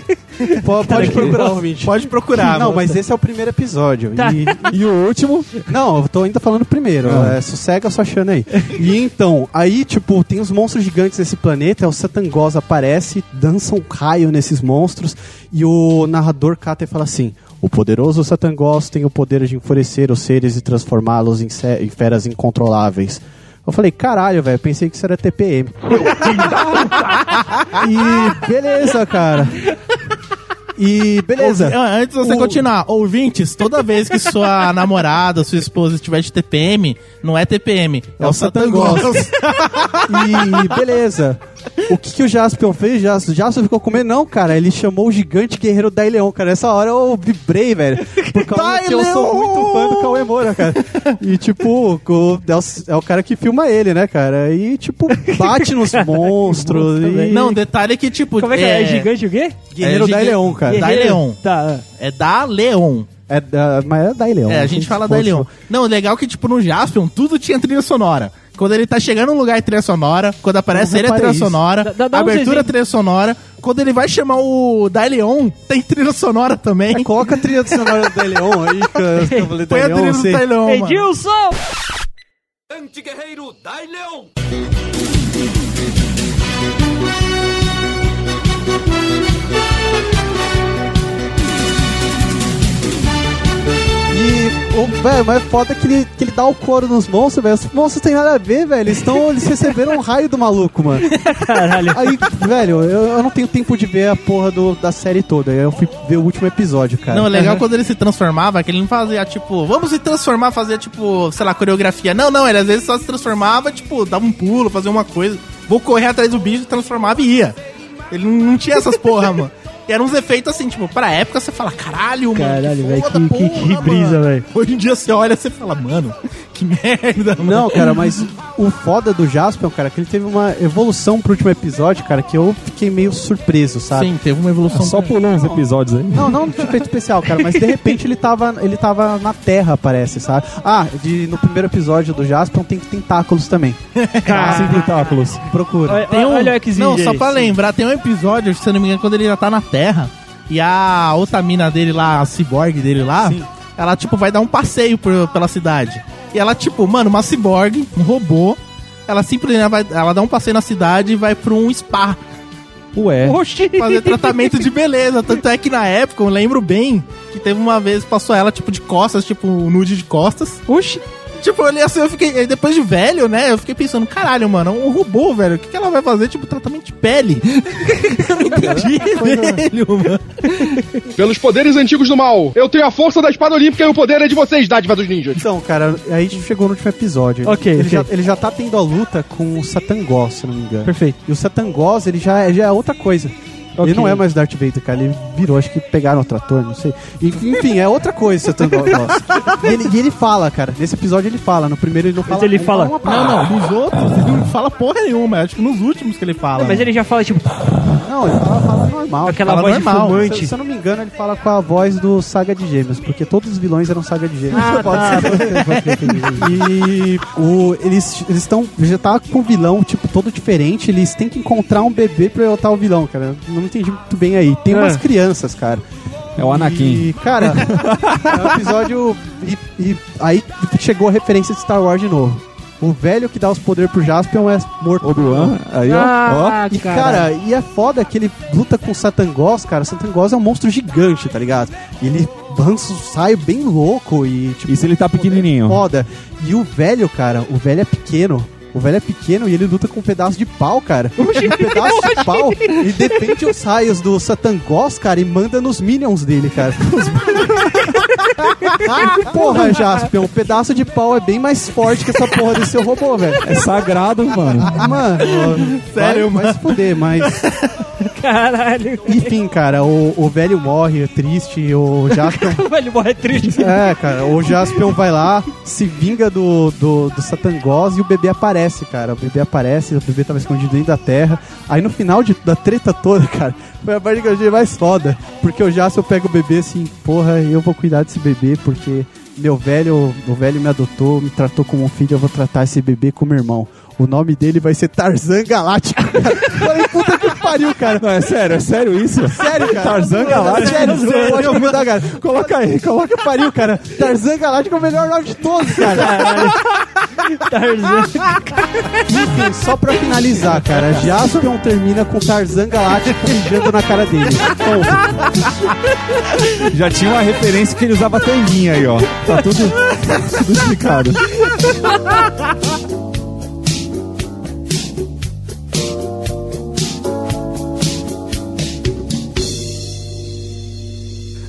Po- pode procurar, ouvinte.
Pode procurar.
Não,
mano.
mas esse é o primeiro episódio.
Tá.
E,
E o último.
não, eu tô ainda falando o primeiro. É, sossega sua chana aí. E então, aí, tipo, tem os monstros gigantes nesse planeta. é O Satangos aparece, dança um raio nesses monstros. E o narrador cata e fala assim. O poderoso Satangos tem o poder de enfurecer os seres e transformá-los em, se- em feras incontroláveis. Eu falei, caralho, velho, pensei que isso era TPM. e beleza, cara. E beleza.
Ouvi- ah, Antes de você
O-
continuar, ouvintes, toda vez que sua namorada, sua esposa estiver de TPM, não é TPM, é, o Satangol.
E beleza. O que, que o Jaspion fez? Jas- Jaspion ficou com medo? Não, cara. Ele chamou o gigante guerreiro Daileon, cara. Nessa hora eu vibrei, velho. Por causa que eu sou
Daileon!
muito fã do Cauê Moura, cara. E, tipo, o- é o, é o cara que filma ele, né, cara? E, tipo, bate nos monstros. e...
Não, detalhe que tipo.
Como é que é? É gigante o quê?
Guerreiro
é giga-
Daileon, cara.
Guerreiro- Daileon.
Tá.
É da Leon.
É, da- mas é Daileon.
É, a gente fala da Leon. Não, o legal é que, tipo, no Jaspion, tudo tinha trilha sonora. Quando ele tá chegando num lugar é trilha sonora, quando aparece
Eu
ele é
reparei
trilha
isso.
sonora,
Dá- dá- um dá uns
abertura é
exemplos.
trilha sonora, quando ele vai chamar o Daileon, tem trilha sonora também.
É, coloca a trilha do cenário do Daileon aí, cara. Eu falei
Põe a
Daileon,
trilha do
você-
Daileon, mano.
Edilson!
E, o- velho, mas é foda que ele, que ele dá o couro nos monstros, velho. Os monstros tem nada a ver, velho. Eles, tão, eles receberam um raio do maluco, mano.
Caralho.
Aí, velho, eu, eu não tenho tempo de ver a porra do- da série toda. Eu fui ver o último episódio, cara.
Não, o legal quando ele se transformava, que ele não fazia, tipo, vamos se transformar, fazia, tipo, sei lá, coreografia. Não, não, ele às vezes só se transformava, tipo, dava um pulo, fazia uma coisa. Vou correr atrás do bicho, transformava e ia. Ele não, não tinha essas porra, mano. E eram uns efeitos assim, tipo, pra época você fala, caralho, mano.
Caralho, velho,
foda,
que- que- que
porra,
brisa,
mano."
velho.
Hoje em dia você olha você fala, mano, que merda, mano.
Não, cara, mas o foda do Jaspion, cara, é que ele teve uma evolução pro último episódio, cara, que eu fiquei meio surpreso, sabe?
Sim, teve uma evolução.
Só pulou uns episódios aí.
Não, não de efeito especial, cara, mas de repente ele tava, ele tava na terra, parece, sabe? Ah, de- no primeiro episódio do Jaspion tem tentáculos também. então,
Sem
Ah.
tentáculos.
Procura.
Olha, olha o X
um- Não, só pra lembrar, tem um episódio, se eu não me engano, quando ele já tá na Terra. E a outra mina dele lá, a ciborgue dele lá, ela, tipo, vai dar um passeio por- pela cidade. E ela, tipo, mano, uma ciborgue, um robô, ela simplesmente vai, ela dá um passeio na cidade e vai pra um spa É.
Ué.
Oxi!
fazer tratamento de beleza. Tanto é que na época, eu lembro bem, que teve uma vez, passou ela, tipo, de costas, tipo, um nude de costas.
Oxi!
Tipo, eu olhei assim, eu fiquei. aí Depois de velho, né? Eu fiquei pensando, caralho, mano, um robô, velho. O que, que ela vai fazer? Tipo, tratamento de pele. eu não entendi, velho, mano.
Pelos poderes antigos do mal, eu tenho a força da espada olímpica e o poder é de vocês, dádiva dos ninjas.
Então, cara, aí a gente chegou no último episódio.
Ok,
ele,
ok.
Já, ele já tá tendo a luta com o Satangó, se não me engano.
Perfeito.
E o Satangos, ele já, é- já é outra coisa.
Ok.
Ele não é mais Darth Vader, cara. Ele virou, acho que pegaram o trator, não sei. Enfim, enfim, é outra coisa o Satangos. e, ele, e ele fala, cara. Nesse episódio ele fala. No primeiro ele não fala.
Mas ele fala-
uma palavra.
Não, não, nos outros ele não fala porra nenhuma. Acho que nos últimos que ele fala.
Mas ele já fala, tipo,
Não, ele fala, fala normal.
com aquela
fala
voz de
normal.
fumante.
Se, se eu não me engano, ele fala com a voz do Saga de Gêmeos, porque todos os vilões eram Saga de Gêmeos.
Ah, tá.
e o- eles eles estão já tá com o vilão tipo todo diferente. Eles têm que encontrar um bebê pra derrotar o vilão, cara. Não entendi muito bem aí. Tem umas
Ah.
crianças, cara.
É o Anakin.
E, cara, é um episódio. E, e aí chegou a referência de Star Wars de novo. O velho que dá os poderes pro Jaspion é morto.
Obi-Wan. Aí, ó. ó.
Ah,
E cara, e é foda que ele luta com o Satangos, cara. O Satangos é um monstro gigante, tá ligado? E ele lança um saio bem louco e tipo.
E se ele tá pequenininho?
Foda. E o velho, cara, o velho é pequeno. O velho é pequeno e ele luta com um pedaço de pau, cara. Um pedaço de pau. E defende os raios do Satangos, cara, e manda nos minions dele, cara. Os- porra, Jaspion, um pedaço de pau é bem mais forte que essa porra desse robô, velho.
É sagrado, mano.
Mano,
Sério,
vai, vai se fuder, mas
Caralho.
enfim, cara, o, o velho morre triste, o Jaspion.
Ele morre triste.
é, cara, o Jaspion vai lá, se vinga do, do, do Satangos e o bebê aparece, cara. O bebê aparece, o bebê tava escondido dentro da terra. Aí no final de- da treta toda, cara, foi a parte que eu achei mais foda. Porque o Jaspion pega o bebê assim, porra, eu vou cuidar desse bebê, porque meu velho, o velho me adotou, me tratou como um filho, eu vou tratar esse bebê como irmão. O nome dele vai ser Tarzan Galáctico. cara. Falei, puta que pariu, cara.
Não, é sério, é sério isso?
Sério, cara.
Tarzan Galáctico.
Sério, sério. Pode mudar, cara. Coloca aí, coloca pariu, cara. Tarzan Galáctico é o melhor nome de todos, cara.
Tarzan.
Enfim, só pra finalizar, cara. Jaspion termina com Tarzan Galáctico mijando na cara dele. Ponto.
Já tinha uma referência que ele usava tanguinha aí, ó. Tá tudo, tudo explicado.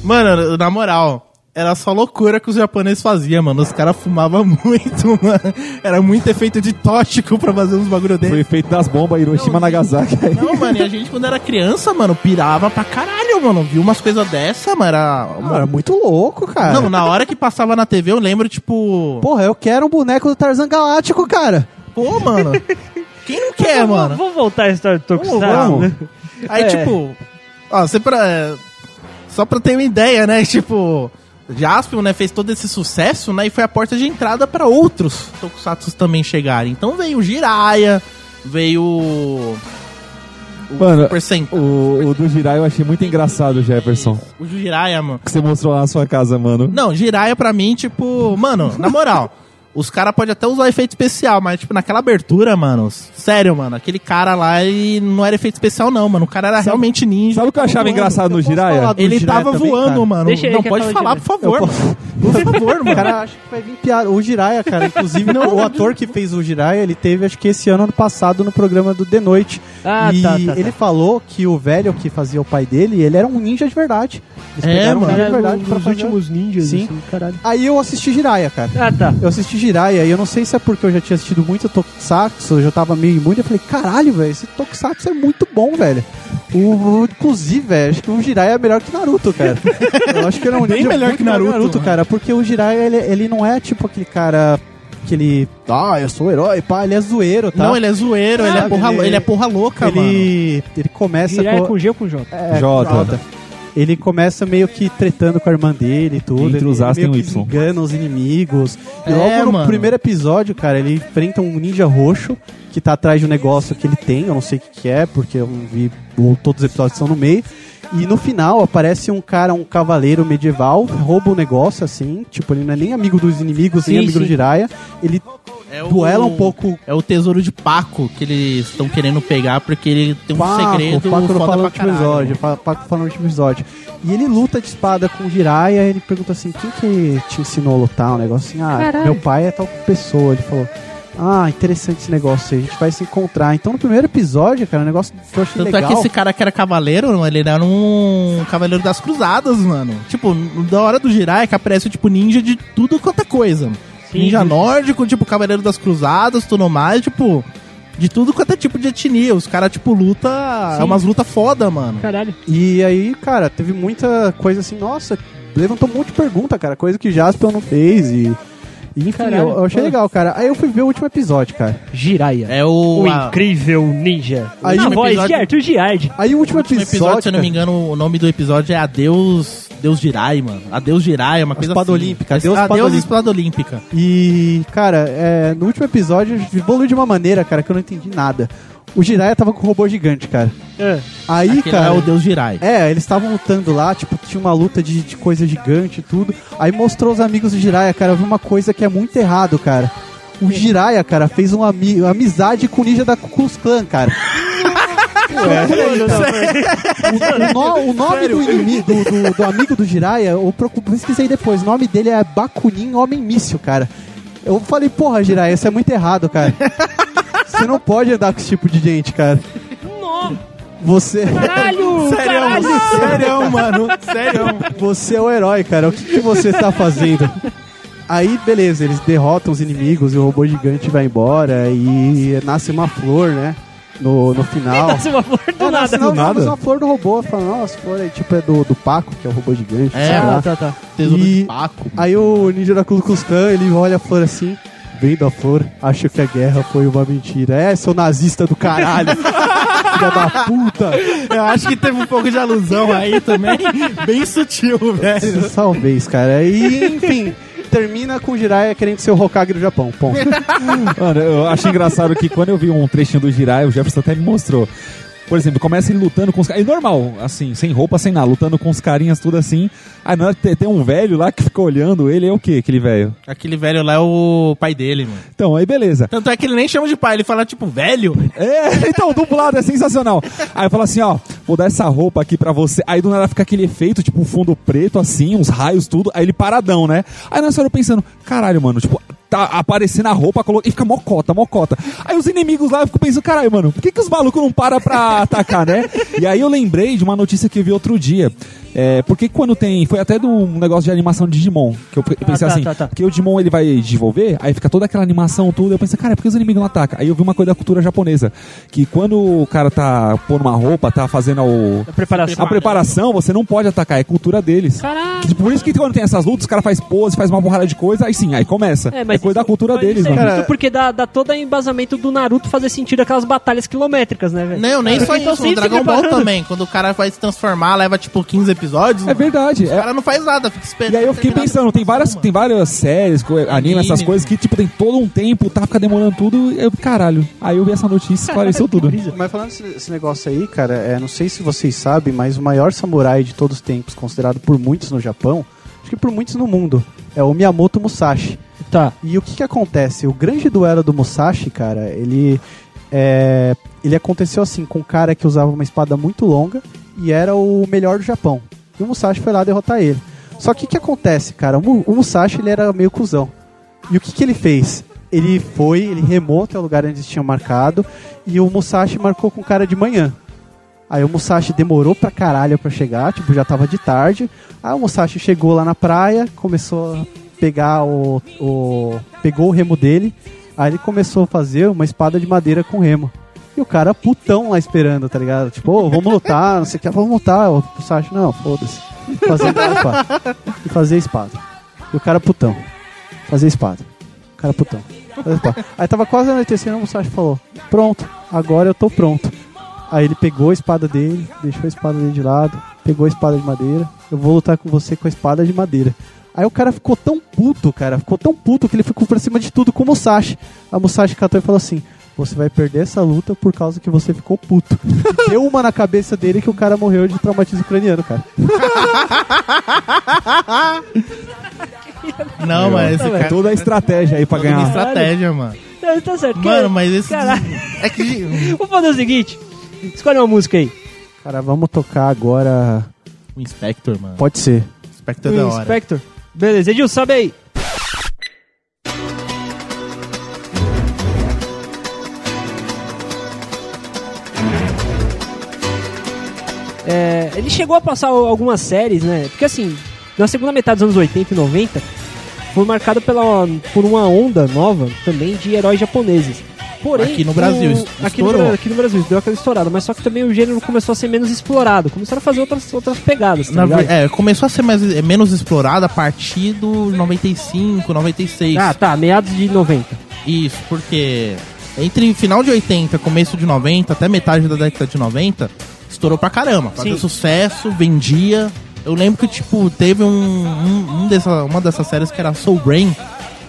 Mano, na moral, era só loucura que os japoneses faziam, mano. Os caras fumavam muito, mano. Era muito efeito de tóxico pra fazer uns bagulho
Foi
dele.
efeito das bombas Hiroshima e Nagasaki. aí.
Não, mano, e a gente quando era criança, mano, pirava pra caralho, mano. Viu umas coisas dessa, mano. Era...
Mano, é muito louco, cara.
Não, na hora que passava na TV, eu lembro, tipo.
Porra, eu quero um boneco do Tarzan Galáctico, cara.
Pô, mano. Quem não quer,
Vamos-
mano?
é, Vamos voltar à história do Tokusatsu,
vamos.
né?
Aí,
É.
tipo, ó, você pra, é, só pra ter uma ideia, né? Tipo, Jaspion, né, fez todo esse sucesso, né? E foi a porta de entrada pra outros Tokusatsu também chegarem. Então veio o Jiraiya, veio o
Mano,
Super Sentai.
O, o do Jirai eu achei muito engraçado, Jefferson.
O Jiraiya, mano.
Que você mostrou lá na sua casa, mano.
Não, Jiraiya pra mim, tipo, mano, na moral, os caras podem até usar efeito especial, mas, tipo, naquela abertura, mano, sério, mano, aquele cara lá, ele não era efeito especial, não, mano. O cara era realmente ninja.
Sabe o que eu achava engraçado no
Eu posso
Jiraiya?
falar do
Ele
Jiraiya
tava
também,
voando,
cara?
mano.
Deixa ele
não,
que
pode
eu falo
falar,
de
por favor.
Eu
mano. Por favor,
O
mano.
cara acha que vai vir piada. O Jiraya, cara. Inclusive, o ator que fez o Jiraya, ele teve, acho que esse ano, ano passado, no programa do The Noite.
Ah,
e
tá, tá, tá.
ele falou que o velho que fazia o pai dele, ele era um ninja de verdade. Eles
É,
pegaram um
mano.
ninja de
Era
verdade
um
pra
dos
fazer.
últimos ninjas,
Sim.
assim, caralho.
Aí eu assisti Jiraya, cara.
Ah, tá.
Eu assisti Jiraiya e eu não sei se é porque eu já tinha assistido muito Tokusatsu, eu já tava meio imune, eu falei, caralho, velho, esse Tokusatsu é muito bom, velho. O, o- inclusive, velho, acho que o Jiraiya é melhor que Naruto, cara. Eu acho que ele é um
Bem
ninja
melhor
muito
que Naruto, né? mano.
cara, porque o Jiraiya, ele, ele não é tipo aquele cara que ele, ah, eu sou o herói, pá, ele é zoeiro, tá?
Não, ele é zoeiro, ele, é
Sabe,
porra,
ele-
ele é porra louca, mano.
ele, ele começa
Jirai
com...
com G ou com J?
é,
Jota.
Jota. Ele começa meio que tretando com a irmã dele e tudo.
Entre
ele
os As
meio
tem um
que
Y.
engana os inimigos. E
É,
logo no
mano.
primeiro episódio, cara, ele enfrenta um ninja roxo que tá atrás de um negócio que ele tem, eu não sei o que, que é, porque eu não vi ou todos os episódios são no meio. E no final aparece um cara, um cavaleiro medieval, rouba o negócio, assim, tipo, ele não é nem amigo dos inimigos, nem
Sim,
amigo
sim.
do Jiraiya. Ele
É o-
duela um pouco.
É o tesouro de Paco que eles estão querendo pegar porque ele tem um segredo foda
Paco não fala no
pra
último
caralho.
episódio, Pa- Paco fala no último episódio. E ele luta de espada com o Jiraiya, ele pergunta assim, quem que te ensinou a lutar? Um negócio assim, ah,
Caralho.
meu pai é tal pessoa. Ele falou, ah, interessante esse negócio aí, a gente vai se encontrar. Então no primeiro episódio, cara, o negócio que eu achei
Tanto é
legal...
que esse cara que era cavaleiro, mano, ele era um cavaleiro das cruzadas, mano. Tipo, da hora do girar é que aparece, tipo, ninja de tudo quanto é coisa.
Sim.
ninja nórdico, tipo, cavaleiro das cruzadas, tudo mais, tipo... De tudo quanto é tipo de etnia. Os caras, tipo, luta... É
Sim.
umas lutas foda, mano.
Caralho.
E aí, cara, teve muita coisa assim, nossa, levantou um monte de pergunta, cara, coisa que Jasper não fez e... e, Enfim,
Caralho.
eu, eu achei legal, cara. Aí eu fui ver o último episódio, cara.
Jiraiya.
É o...
O
a-
incrível ninja.
Aí
Na
no
voz
episódio-
de Arthur Giard.
Aí o último,
último
episódio,
Um episódio, se eu não
cara,
me engano, o nome do episódio é Adeus... Deus Jirai, mano. Adeus Jirai, é uma coisa
Espada
assim.
Olímpica, Adeus
Adeus,
Espada
Adeus
Olímpica.
Espada Olímpica.
E, cara, é, no último episódio evoluiu de uma maneira, cara, que eu não entendi nada. O Jiraiya tava com o robô gigante, cara.
É.
Aí,
Aquele
cara.
é o Deus Jirai.
É, eles estavam lutando lá, tipo, tinha uma luta de, de coisa gigante e tudo. Aí mostrou os amigos do Jiraiya, cara. Eu vi uma coisa que é muito errado, cara. O Jiraiya, cara, fez uma ami- amizade com o ninja da Ku Klux Klan, cara. O, no- o nome do inimigo, do, do- do amigo do Jiraiya, eu procu- pesquisei depois. O nome dele é Bakunin Homem Míssil, cara. Eu falei, porra, Jiraiya, isso é muito errado, cara. Você não pode andar com esse tipo de gente, cara. Você. é um-
Caralho! Caralho!
Sério, mano. Sério. Você é o herói, cara. O que, que você tá fazendo? Aí, beleza, eles derrotam os inimigos e o robô gigante vai embora e nasce uma flor, né? No, no final.
Nossa, uma flor do
É,
nada.
nasce, não,
nada.
nasce uma flor do robô. Fala, nossa, flor aí, tipo, é do, do Paco, que é o robô gigante.
É,
sei lá.
Ah, tá, tá.
Tesouro
E-
de Paco.
Aí o ninja da Klux Klan, ele olha a flor assim, vendo a flor, acho que a guerra foi uma mentira. É, seu nazista do caralho. Filha da puta.
Eu acho que teve um pouco de alusão aí também, bem sutil, velho.
Talvez, cara. E, enfim, termina com o Jiraiya querendo ser o Hokage do Japão. Ponto.
Mano, eu acho engraçado que quando eu vi um trechinho do Jirai, o Jefferson até me mostrou. Por exemplo, começa ele lutando com os caras. E normal, assim, sem roupa, sem nada, lutando com os carinhas, tudo assim. Aí na hora tem, tem um velho lá que fica olhando ele, é o que aquele velho?
Aquele velho lá é o pai dele, mano.
Então, aí beleza.
Tanto é que ele nem chama de pai, ele fala tipo velho.
É, então, dublado é sensacional. Aí fala assim, ó, vou dar essa roupa aqui pra você. Aí do nada fica aquele efeito, tipo, um fundo preto, assim, uns raios, tudo. Aí ele paradão, né? Aí nós hora eu pensando, caralho, mano, tipo, tá aparecendo a roupa colo... e fica mocota, mocota. Aí os inimigos lá, eu fico pensando, caralho, mano, por que, que os malucos não param pra atacar, né? E aí eu lembrei de uma notícia que eu vi outro dia. É, porque quando tem. Foi até do um negócio de animação de Digimon. Que eu pe- pensei
tá,
assim,
tá, tá.
porque o Digimon ele vai desenvolver, aí fica toda aquela animação toda. Eu pensei, cara, por que os inimigos não atacam? Aí eu vi uma coisa da cultura japonesa. Que quando o cara tá pondo uma roupa, tá fazendo o-
A preparação.
a preparação, você não pode atacar, é cultura deles.
Caralho.
Que, Por isso que quando tem essas lutas, o cara faz pose, faz uma porrada de coisa, aí sim, aí começa. É, coisa da
isso-
cultura
mas
deles,
isso é
mano.
justo porque dá, dá todo o embasamento do Naruto fazer sentido aquelas batalhas quilométricas, né, velho?
Não, nem
Cara,
só
então
isso.
sempre
No
se
Dragon Ball
preparando.
também. Quando o cara vai se transformar, leva tipo 15 episódios.
É verdade.
O
é-
cara não faz nada, fica esperando.
E aí eu fiquei
terminar
pensando, tem várias,
uma.
tem várias séries, co- anime, essas
Anime.
coisas que, tipo, tem todo um tempo, tá, fica demorando tudo. Eu, caralho. Aí eu vi essa notícia e esclareceu tudo.
Mas falando esse, esse negócio aí, cara, é, não sei se vocês sabem, mas o maior samurai de todos os tempos, considerado por muitos no Japão, acho que por muitos no mundo, é o Miyamoto Musashi.
Tá.
E o que que acontece? O grande duelo do Musashi, cara, ele é, ele aconteceu assim com um cara que usava uma espada muito longa e era o melhor do Japão. E o Musashi foi lá derrotar ele. Só que o que acontece, cara? O Mu- o Musashi ele era meio cuzão. E o que que ele fez? Ele foi, ele remou até o lugar onde eles tinham marcado e o Musashi marcou com o cara de manhã. Aí o Musashi demorou pra caralho pra chegar, tipo, já tava de tarde. Aí o Musashi chegou lá na praia, começou a pegar o. o pegou o remo dele. Aí ele começou a fazer uma espada de madeira com remo. E o cara putão lá esperando, tá ligado? Tipo, ô, vamos lutar, não sei o que, vamos lutar. O Musashi, não, foda-se. Fazer espada. E fazer espada. E o cara putão. Fazer espada. O cara putão. Fazer espada. Aí tava quase anoitecendo, o Musashi falou: Pronto, agora eu tô pronto. Aí ele pegou a espada dele, deixou a espada dele de lado, pegou a espada de madeira. Eu vou lutar com você com a espada de madeira. Aí o cara ficou tão puto, cara, ficou tão puto que ele ficou pra cima de tudo com o Musashi. A Musashi catou e falou assim: Você vai perder essa luta por causa que você ficou puto. E deu uma na cabeça dele que o cara morreu de traumatismo ucraniano, cara.
Não, mas esse cara.
É Toda a estratégia aí pra
Toda uma
ganhar.
estratégia, mano.
Tá, tá certo.
Mano,
que-
mas esse.
Caralho.
É que.
Vamos fazer o seguinte. Escolhe uma música aí.
Cara, vamos tocar agora.
O Inspector, mano.
Pode ser.
O Inspector é da hora.
Inspector. Beleza, Edil, sabe aí. É, ele chegou a passar al- algumas séries, né? Porque assim, na segunda metade dos anos 80 e 90, foi marcado pela, por uma onda nova também de heróis japoneses. Porém,
Aqui no Brasil,
o-
es-
aqui, no,
estourou.
Bra- aqui no Brasil, deu aquela estourada, mas só que também o gênero começou a ser menos explorado, começaram a fazer outras, outras pegadas. Tá
Na
ligado?
ver- é, começou a ser mais, é, menos explorada a partir do 95, 96.
Ah, tá, meados de 90.
Isso, porque entre final de 80, começo de 90, até metade da década de 90, estourou pra caramba. Fazia
Sim.
sucesso, vendia. Eu lembro que, tipo, teve um, um, um dessa, uma dessas séries que era Soul Brain.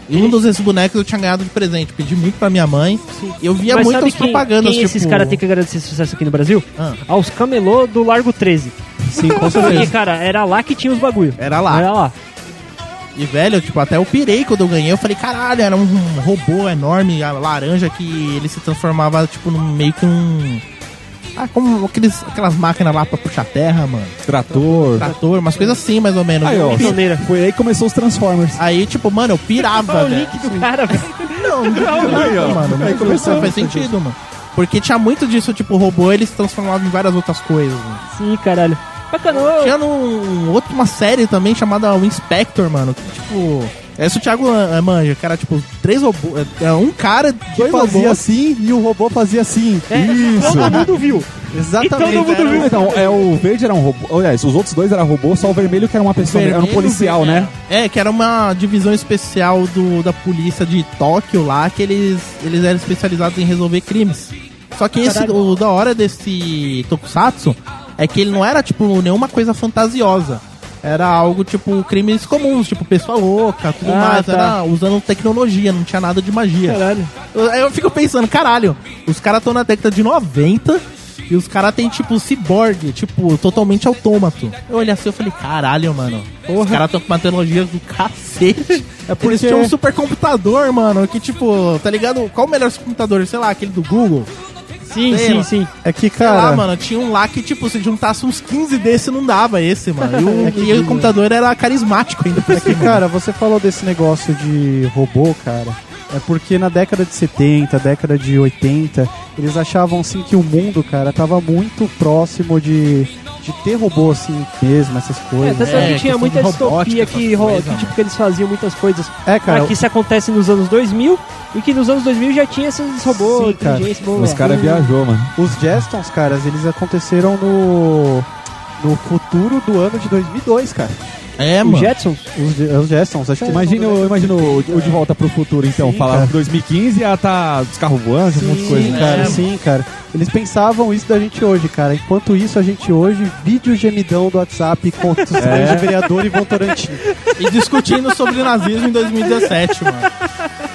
E um dos desses bonecos eu tinha ganhado de presente. Pedi muito pra minha mãe. E eu via
Mas sabe
muitas
quem,
propagandas,
quem
tipo...
esses caras têm que agradecer esse sucesso aqui no Brasil?
Ah.
Aos camelô do Largo 13.
Sim, com
Porque, cara, era lá que tinha os bagulho.
Era lá.
Era lá.
E, velho, tipo, até eu pirei quando eu ganhei. Eu falei, caralho, era um robô enorme, a laranja, que ele se transformava, tipo, num meio que um... Ah, como aqueles, aquelas máquinas lá pra puxar terra, mano.
Trator.
Trator, umas coisas assim, mais ou menos.
Aí, ó.
Pioneira.
Foi aí que começou os Transformers.
Aí, tipo, mano, eu pirava,
Olha o
velho.
link do cara, velho.
Não, não, mano. Aí começou. Faz sentido, mano. Porque tinha muito disso, tipo, o robô, ele se transformava em várias outras coisas, mano.
Sim, caralho. Bacana. ô,
Tinha num, outro, uma série também chamada O Inspector, mano. Que, tipo. Essa o Thiago eh, manja, que era tipo três robôs. é, é, Um cara, dois
Fazia
robôs.
assim e o robô fazia assim.
É, Todo mundo viu.
Exatamente.
E todo mundo
era-
viu.
Então, é, o verde era um robô. Aliás, os outros dois eram robô, só o vermelho que era uma pessoa, era um
Vermelho,
policial,
vermelho.
né?
É, que era uma divisão especial do, da polícia de Tóquio lá, que eles, eles eram especializados em resolver crimes. Só que esse, o da hora desse Tokusatsu é que ele não era, tipo, nenhuma coisa fantasiosa. Era algo, tipo, crimes comuns, tipo, pessoa louca, tudo
Ah,
mais.
tá.
Era usando tecnologia, não tinha nada de magia.
Caralho.
Eu, eu fico pensando, caralho, os caras estão na década de 90 e os caras têm, tipo, ciborgue, tipo, totalmente autômato. Eu olhei assim e falei, caralho, mano. Os caras estão com uma tecnologia do cacete. É por isso que é um supercomputador, mano, que, tipo, tá ligado? Qual o melhor computador? Sei lá, aquele do Google.
Sim,
Sei
sim,
lá.
sim.
É que,
Sei lá,
cara.
mano, tinha um lá que, tipo, se juntasse uns 15 desse, não dava esse, mano. E o, e o computador era carismático ainda. por aqui,
Porque,
mano.
cara, você falou desse negócio de robô, cara. É porque na década de 70, década de 80, eles achavam assim que o mundo, cara, tava muito próximo de de ter robô assim mesmo, essas
É,
coisas.
tanto é,
É,
que tinha
questão
muita
de robótica,
distopia que,
essas
ro-
coisas,
que,
né?
tipo, que eles faziam muitas coisas
É, cara.
ah, que isso acontece nos anos 2000 e que nos anos 2000 já tinha esses robôs,
Sim, cara.
inteligência, é. blá, blá,
Os
blá.
caras viajou, mano.
Os Jetsons, caras, eles aconteceram no no futuro do ano de 2002, cara.
É,
Os
mano.
Jetsons?
Os, Je- os Jetsons,
Então,
acho que
Imagina, o- imagina o, o De Volta pro Futuro, então.
Sim,
Falar
cara.
2015 ela tá os carros voando, um monte de
Sim,
coisa.
né?
cara,
É.
sim, cara. Eles pensavam isso da gente hoje, cara. Enquanto isso, a gente hoje, vídeo gemidão do WhatsApp contra os três de vereador e Votorantim.
E discutindo sobre nazismo em 2017, mano.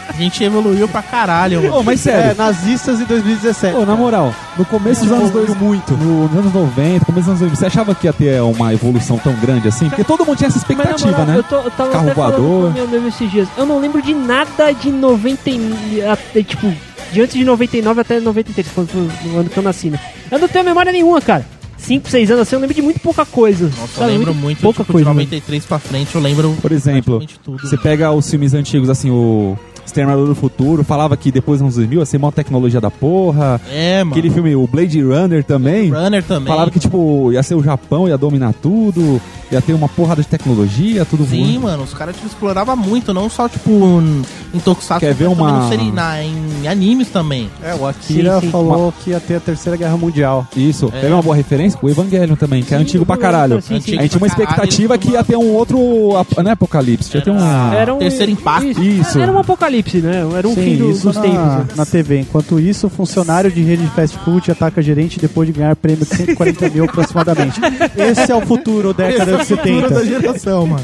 A gente evoluiu pra caralho, mano.
Ô, mas
É,
sério.
nazistas em 2017.
Ô, na moral, no começo dos anos dois, muito. Nos anos 90, começo dos anos 2000, você achava que ia ter uma evolução tão grande assim? Porque todo mundo tinha essa
Mas, na
expectativa,
moral,
né?
Eu, tô, eu tava
Carro
até falando
voador.
com meu amigo esses dias. Eu não lembro de nada de 90 e- até, tipo, de antes de 99 até 93, quando foi o ano que eu nasci, né? Eu não tenho memória nenhuma, cara. 5, 6 anos assim, eu lembro de muito pouca coisa.
Nossa, eu
Sabe?
lembro muito,
pouca
tipo,
coisa.
de 93 pra frente, eu lembro
né? Por exemplo,
praticamente tudo. né?
você pega os filmes antigos, assim, o Exterminador do Futuro, falava que depois dos anos 2000 ia ser maior tecnologia da porra.
É, mano.
Aquele filme, o Blade Runner também.
Runner também.
Falava que, tipo, ia ser o Japão, ia dominar tudo, ia ter uma porrada de tecnologia, tudo
Sim,
voando.
mano, os caras tipo, exploravam muito, não só tipo n- em Tokusatsu,
Quer
mas
ver
também
uma-
no seri- na- em animes também.
É, o Akira
Sim, sim.
falou que ia ter a Terceira Guerra Mundial.
Isso.
É.
Teve uma boa referência? O Evangelion também, que é
Sim,
antigo pra
eu lembro,
caralho.
sim, sim.
A gente tinha uma
Pra caralho,
expectativa que ia ter um outro ap- né, apocalipse. Ia ter uma...
Era um,
Terceiro impacto.
Isso.
Era um apocalipse, né? Era um
Sim,
fim do-
isso
dos
na,
tempos. né?
na TV. Enquanto isso, funcionário de rede de fast food ataca gerente depois de ganhar prêmio de 140 mil aproximadamente. Esse é o futuro, década de 70.
geração, mano.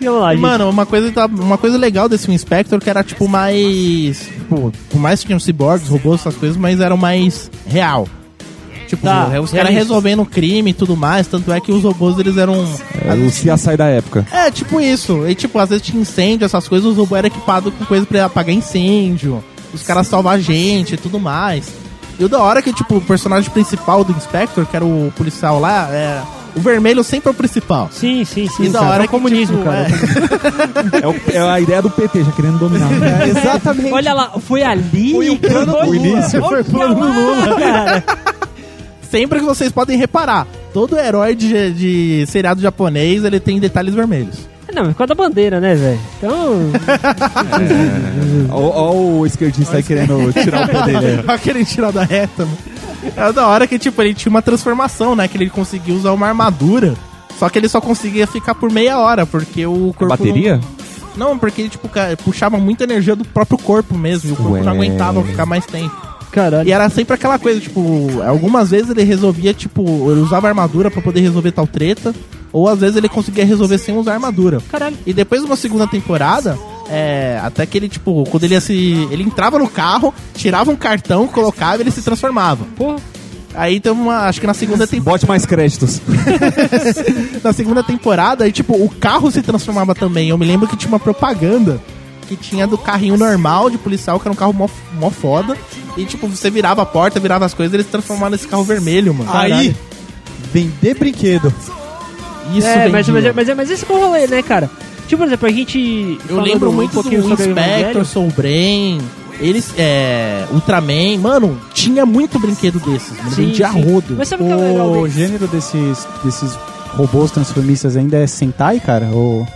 E olha lá, gente.
Mano, uma coisa, tá- uma coisa legal desse Inspector que era tipo mais. Tipo, por mais que tinham ciborgues, robôs, essas coisas, mas eram mais real. Tipo,
Tá,
os caras
realista.
resolvendo crime e tudo mais, tanto é que os robôs eles eram.
É o CSI da época.
É, tipo isso. E tipo, às vezes tinha incêndio, essas coisas, os robôs eram equipados com coisa pra apagar incêndio, os caras salvar a gente e tudo mais. E o da hora é que, tipo, o personagem principal do Inspector, que era o policial lá, é. O vermelho sempre é o principal.
Sim, sim, sim.
E da
cara. é
hora
o
que,
comunismo,
tipo,
cara.
é.
É, o- é a ideia do PT, já querendo dominar.
É, exatamente.
Olha lá, foi ali
Foi o
que
plano do Lula. Foi o plano do
Lula, cara.
Sempre que vocês podem reparar, todo herói de, de seriado japonês ele tem detalhes vermelhos.
Não, mas por causa da bandeira, né, velho? Então,
Olha o esquerdista aí querendo tirar o poder. né?
Olha que ele tira da reta, mano. É da hora que, tipo, ele tinha uma transformação, né? Que ele conseguia usar uma armadura. Só que ele só conseguia ficar por meia hora, porque o corpo.
É Bateria?
Não, não, porque ele, tipo, ca- puxava muita energia do próprio corpo mesmo. E o corpo
Ué.
não aguentava ficar mais tempo.
caralho.
E era sempre aquela coisa, tipo, algumas vezes ele resolvia, tipo, ele usava armadura pra poder resolver tal treta, ou às vezes ele conseguia resolver sem usar armadura.
Caralho.
E depois de uma segunda temporada, é, até que ele, tipo, quando ele ia se. Ele entrava no carro, tirava um cartão, colocava e ele se transformava.
Porra.
Aí tem uma. Acho que na segunda, tem,
Bote mais créditos.
na segunda temporada, aí, tipo, o carro se transformava também. Eu me lembro que tinha uma propaganda que tinha do carrinho normal de policial, que era um carro mó, mó foda. E, tipo, você virava a porta, virava as coisas, eles transformaram nesse carro vermelho, mano.
Aí, vender brinquedo.
Isso,
é, mas,
vendia.
mas, mas, mas esse que é o rolê, né, cara? Tipo, por exemplo, a gente.
Eu lembro muito
um pouquinho
do
sobre o Evangelho.
Inspector, Soul Brain, eles, é, Ultraman, mano, tinha muito brinquedo desses, mano,
Sim,
vendia
sim.
rodo.
Mas sabe o que é legal?
O
dele?
gênero desses, desses robôs transformistas ainda é Sentai, cara? Ou,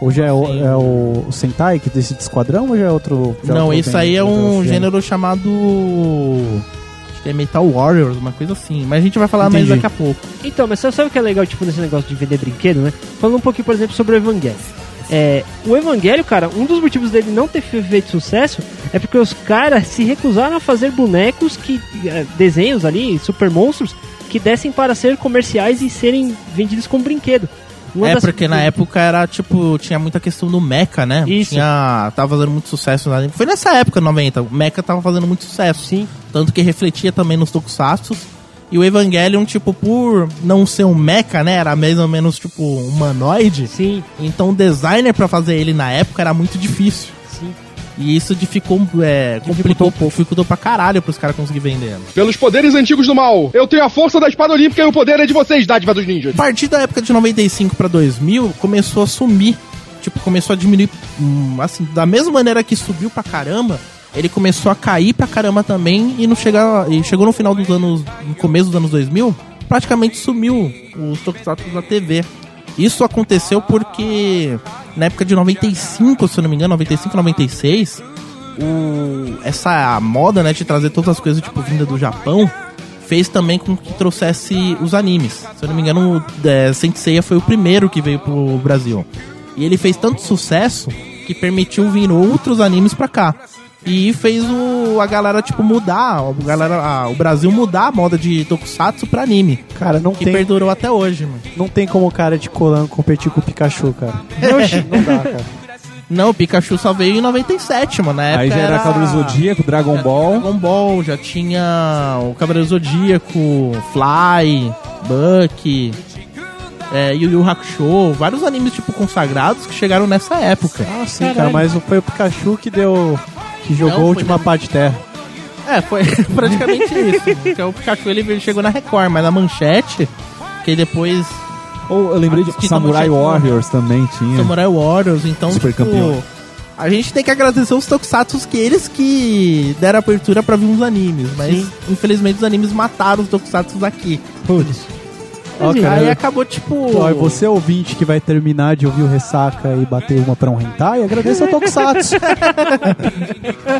ou já é o, é o- o Sentai que decide esquadrão ou já é outro? já
Não,
outro
esse
bem-
aí é
outro
um
gênero?
gênero chamado, acho que é Metal Warriors, uma coisa assim, mas a gente vai falar mais
Entendi.
daqui a pouco.
Então, mas sabe sabe o que é legal, tipo, nesse negócio de vender brinquedo, né? Falando um pouquinho, por exemplo, sobre o Evangelho. É, o Evangelho, cara, um dos motivos dele não ter fe- feito sucesso é porque os caras se recusaram a fazer bonecos que. eh, desenhos ali, super monstros, que dessem para ser comerciais e serem vendidos como brinquedo. Uma
é,
das-
porque na época era, tipo, tinha muita questão do Mecha, né?
Isso.
Tinha, tava fazendo muito sucesso, na- foi nessa época, 90, o Mecha tava fazendo muito sucesso.
Sim.
Tanto que refletia também nos Tokusatsu. E o Evangelion, tipo, por não ser um mecha, né? Era mais ou menos, tipo, um humanoide.
Sim,
Então o designer pra fazer ele na época era muito difícil.
sim.
E isso dificou, é, complicou, dificultou pra caralho pros caras conseguirem vender. né?
Pelos poderes antigos do mal, eu tenho a força da espada olímpica e o poder é de vocês, dádiva dos ninjas.
A partir da época de 95 pra 2000, começou a sumir. Tipo, começou a diminuir. hum, assim, da mesma maneira que subiu pra caramba, ele começou a cair pra caramba também. E não chegar, e chegou no final dos anos. No começo dos anos 2000, praticamente sumiu os tokusatsu da TV. Isso aconteceu porque na época de 95, se eu não me engano, 95, 96, o, essa moda né, de trazer todas as coisas tipo vinda do Japão fez também com que trouxesse os animes. Se eu não me engano, o, é, Senseiya foi o primeiro que veio pro Brasil. E ele fez tanto sucesso que permitiu vir outros animes pra cá. E fez o, a galera, tipo, mudar, a galera, a- o Brasil mudar a moda de tokusatsu pra anime.
Cara, não
Que
tem,
perdurou até hoje, mano.
não tem como o cara de Colan competir com o Pikachu, cara. Oxi, não dá, cara.
Não, o Pikachu só veio em 97, mano. Na época
Aí já era Cavaleiro Zodíaco, Dragon Ball.
Dragon Ball, já tinha o Cavaleiro Zodíaco, Fly, Buck, é, Yu Yu Hakusho, vários animes tipo consagrados que chegaram nessa época.
Ah, sim, cara, mas foi o Pikachu que deu. que jogou
Não,
a
foi
última
não.
pá de terra.
É, foi praticamente isso. Porque o Pikachu ele veio- chegou na Record, mas na Manchete, que depois
Ou eu lembrei de
Assisti
Samurai
Manchete.
Warriors também
Hum.
tinha.
Samurai Warriors, então
Super
tipo,
campeão.
a gente tem que agradecer os tokusatsus que eles que deram abertura pra vir uns animes, mas infelizmente os animes mataram os tokusatsus aqui.
Putz. Ó,
Mas,
cara,
Aí
eu-
acabou tipo
Ó, e você ouvinte que vai terminar de ouvir o Ressaca e bater uma pra um hentai, agradeça ao Tokusatsu.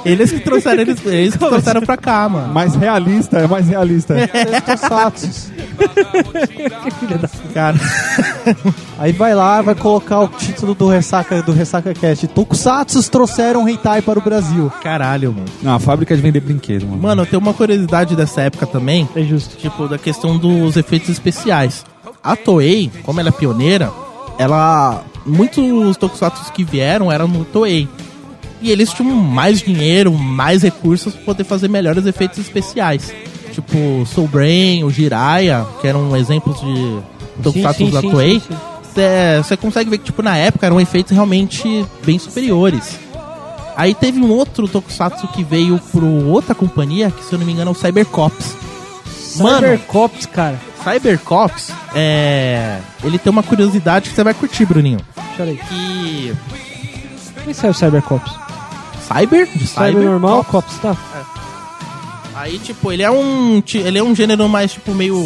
Eles que trouxeram eles, eles que trouxeram pra cá, mano.
Mais realista, é mais realista.
Agradeça ao Tokusatsu.
Cara,
Aí vai lá, vai colocar o título do Ressaca do Ressaca Cast. Tokusatsu trouxeram hentai para o Brasil.
caralho, mano.
Não, a fábrica de vender brinquedo, mano.
Mano, eu tenho uma curiosidade dessa época também,
É justo.
tipo da questão dos efeitos especiais. A Toei, como ela é pioneira, ela muitos tokusatsu que vieram eram no Toei. E eles tinham mais dinheiro, mais recursos pra poder fazer melhores efeitos especiais. Tipo, Soul Brain, o Jiraiya, que eram exemplos de tokusatsu da Toei. você consegue ver que, tipo, na época eram efeitos realmente bem superiores. Aí teve um outro Tokusatsu que veio pro outra companhia, que se eu não me engano é o Cybercops. Mano,
Cybercops, cara.
Cybercops, é... ele tem uma curiosidade que você vai curtir, Bruninho.
Deixa eu ver.
Que...
Quem saiu Cybercops?
Cyber? De
Cyber normal, Cops, tá?
Aí, tipo, ele é um. ti- Ele é um gênero mais, tipo, meio.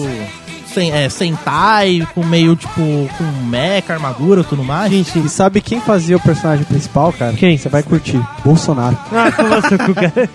Sem, é, sentai, com meio, tipo, com mecha, armadura tudo mais.
E sabe quem fazia o personagem principal, cara?
Quem?
Você vai curtir. Bolsonaro.
Ah, toma seu cu, cara.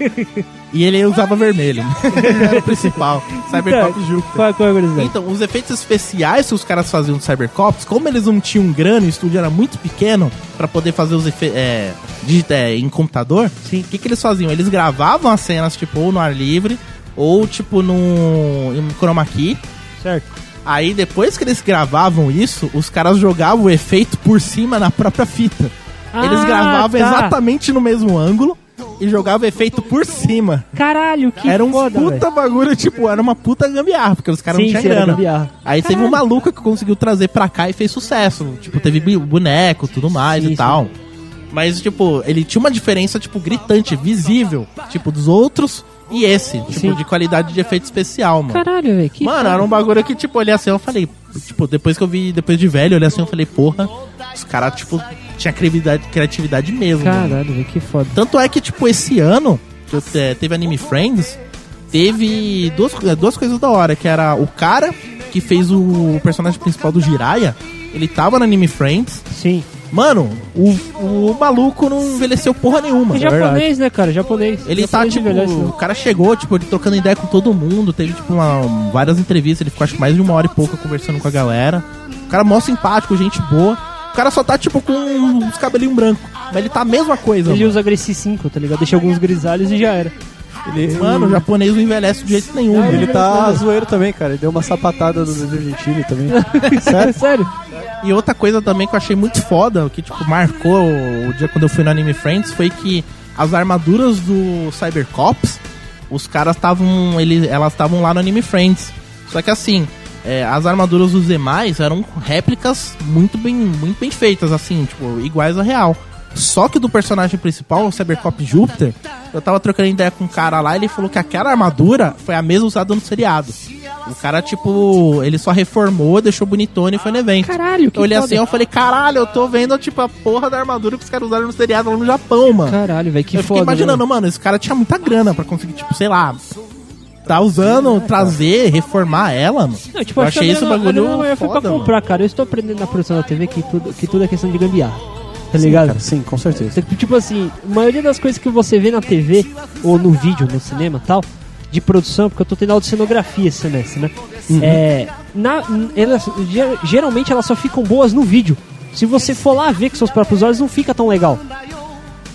E ele usava vermelho. Era o principal. Cybercops Júpiter.
Qual, qual é a curiosidade?
Então, os efeitos especiais que os caras faziam do Cybercops, como eles não tinham grana, o estúdio era muito pequeno pra poder fazer os efeitos é, digi- é, em computador, o que, que eles faziam? Eles gravavam as cenas, tipo, ou no ar livre, ou, tipo, num em um chroma key.
Certo.
Aí, depois que eles gravavam isso, os caras jogavam o efeito por cima na própria fita. eles
Ah,
gravavam
tá.
exatamente no mesmo ângulo e jogavam o efeito por cima.
Caralho, que
era um
foda,
puta bagulho, tipo, era uma puta gambiarra, porque os caras não
Sim,
tinham
sim, era
grana.
gambiarra.
Aí teve um maluco que conseguiu trazer pra cá e fez sucesso. Tipo, teve bi- boneco, tudo mais
Sim,
e
sim.
tal. Mas, tipo, ele tinha uma diferença, tipo, gritante, visível, tipo, dos outros e esse, tipo,
Sim.
de qualidade de efeito especial, mano.
Caralho, velho. Que
Mano, era um bagulho que, tipo, eu olhei assim, eu falei, tipo, depois que eu vi, depois de velho, eu olhei assim, eu falei, porra, os caras, tipo, tinha criatividade, criatividade mesmo. mano.
Caralho, velho, que foda.
Tanto é que, tipo, esse ano, que eu, é, teve Anime Friends, teve duas, co- duas coisas da hora, que era o cara que fez o personagem principal do Jiraiya, ele tava no Anime Friends.
Sim.
Mano, o, o maluco não envelheceu porra nenhuma.
É japonês, né, cara? Japonês.
Ele tá,
Japonês
tipo,
envelhece, né?
o cara chegou, tipo, ele trocando ideia com todo mundo, teve, tipo, uma- várias entrevistas, ele ficou, acho que mais de uma hora e pouca conversando com a galera. O cara é mó simpático, gente boa. O cara só tá, tipo, com uns cabelinhos brancos. Mas ele tá a mesma coisa,
Ele
mano.
usa Gracie 5, tá ligado? Deixa alguns grisalhos e já era.
Mano, o japonês não envelhece de jeito nenhum. mano.
Ele tá zoeiro também, cara. Ele deu uma sapatada no Brasil Gentili também.
É?
Sério?
É Sério?
E outra coisa também que eu achei muito foda, que tipo, marcou o dia quando eu fui no Anime Friends, foi que as armaduras do Cybercops, os caras estavam. ele- Elas estavam lá no Anime Friends. Só que assim, é, as armaduras dos demais eram réplicas muito bem, muito bem feitas, assim, tipo, iguais à real. Só que do personagem principal, o Cybercop Júpiter, eu tava trocando ideia com um cara lá, ele falou que aquela armadura foi a mesma usada no seriado. O cara, tipo, ele só reformou, deixou bonitona e foi no evento.
Caralho, que
Eu olhei
foda.
assim, eu falei, caralho, eu tô vendo, tipo, a porra da armadura que os caras usaram no seriado lá no Japão, mano.
Caralho, velho, que
eu
foda. né,
fiquei imaginando, mano, esse cara tinha muita grana pra conseguir, tipo, sei lá, tá
né,
usando, trazer, reformar ela, mano.
Não, tipo,
eu
acho que
achei
a
esse
Adriana-
bagulho
a Adriana Maria foi
foda,
pra
mano.
comprar, cara. Eu estou aprendendo na produção da TV que tudo, que tudo é questão de gambiarra. Tá ligado?
Cara, sim, com certeza.
Tipo, Tipo assim, a maioria das coisas que você vê na TV, ou no vídeo, no cinema e tal, de produção, porque eu tô tendo aula de cenografia esse semestre, né? É, na, n- elas, ge- geralmente elas só ficam boas no vídeo. Se você for lá ver com seus próprios olhos, não fica tão legal.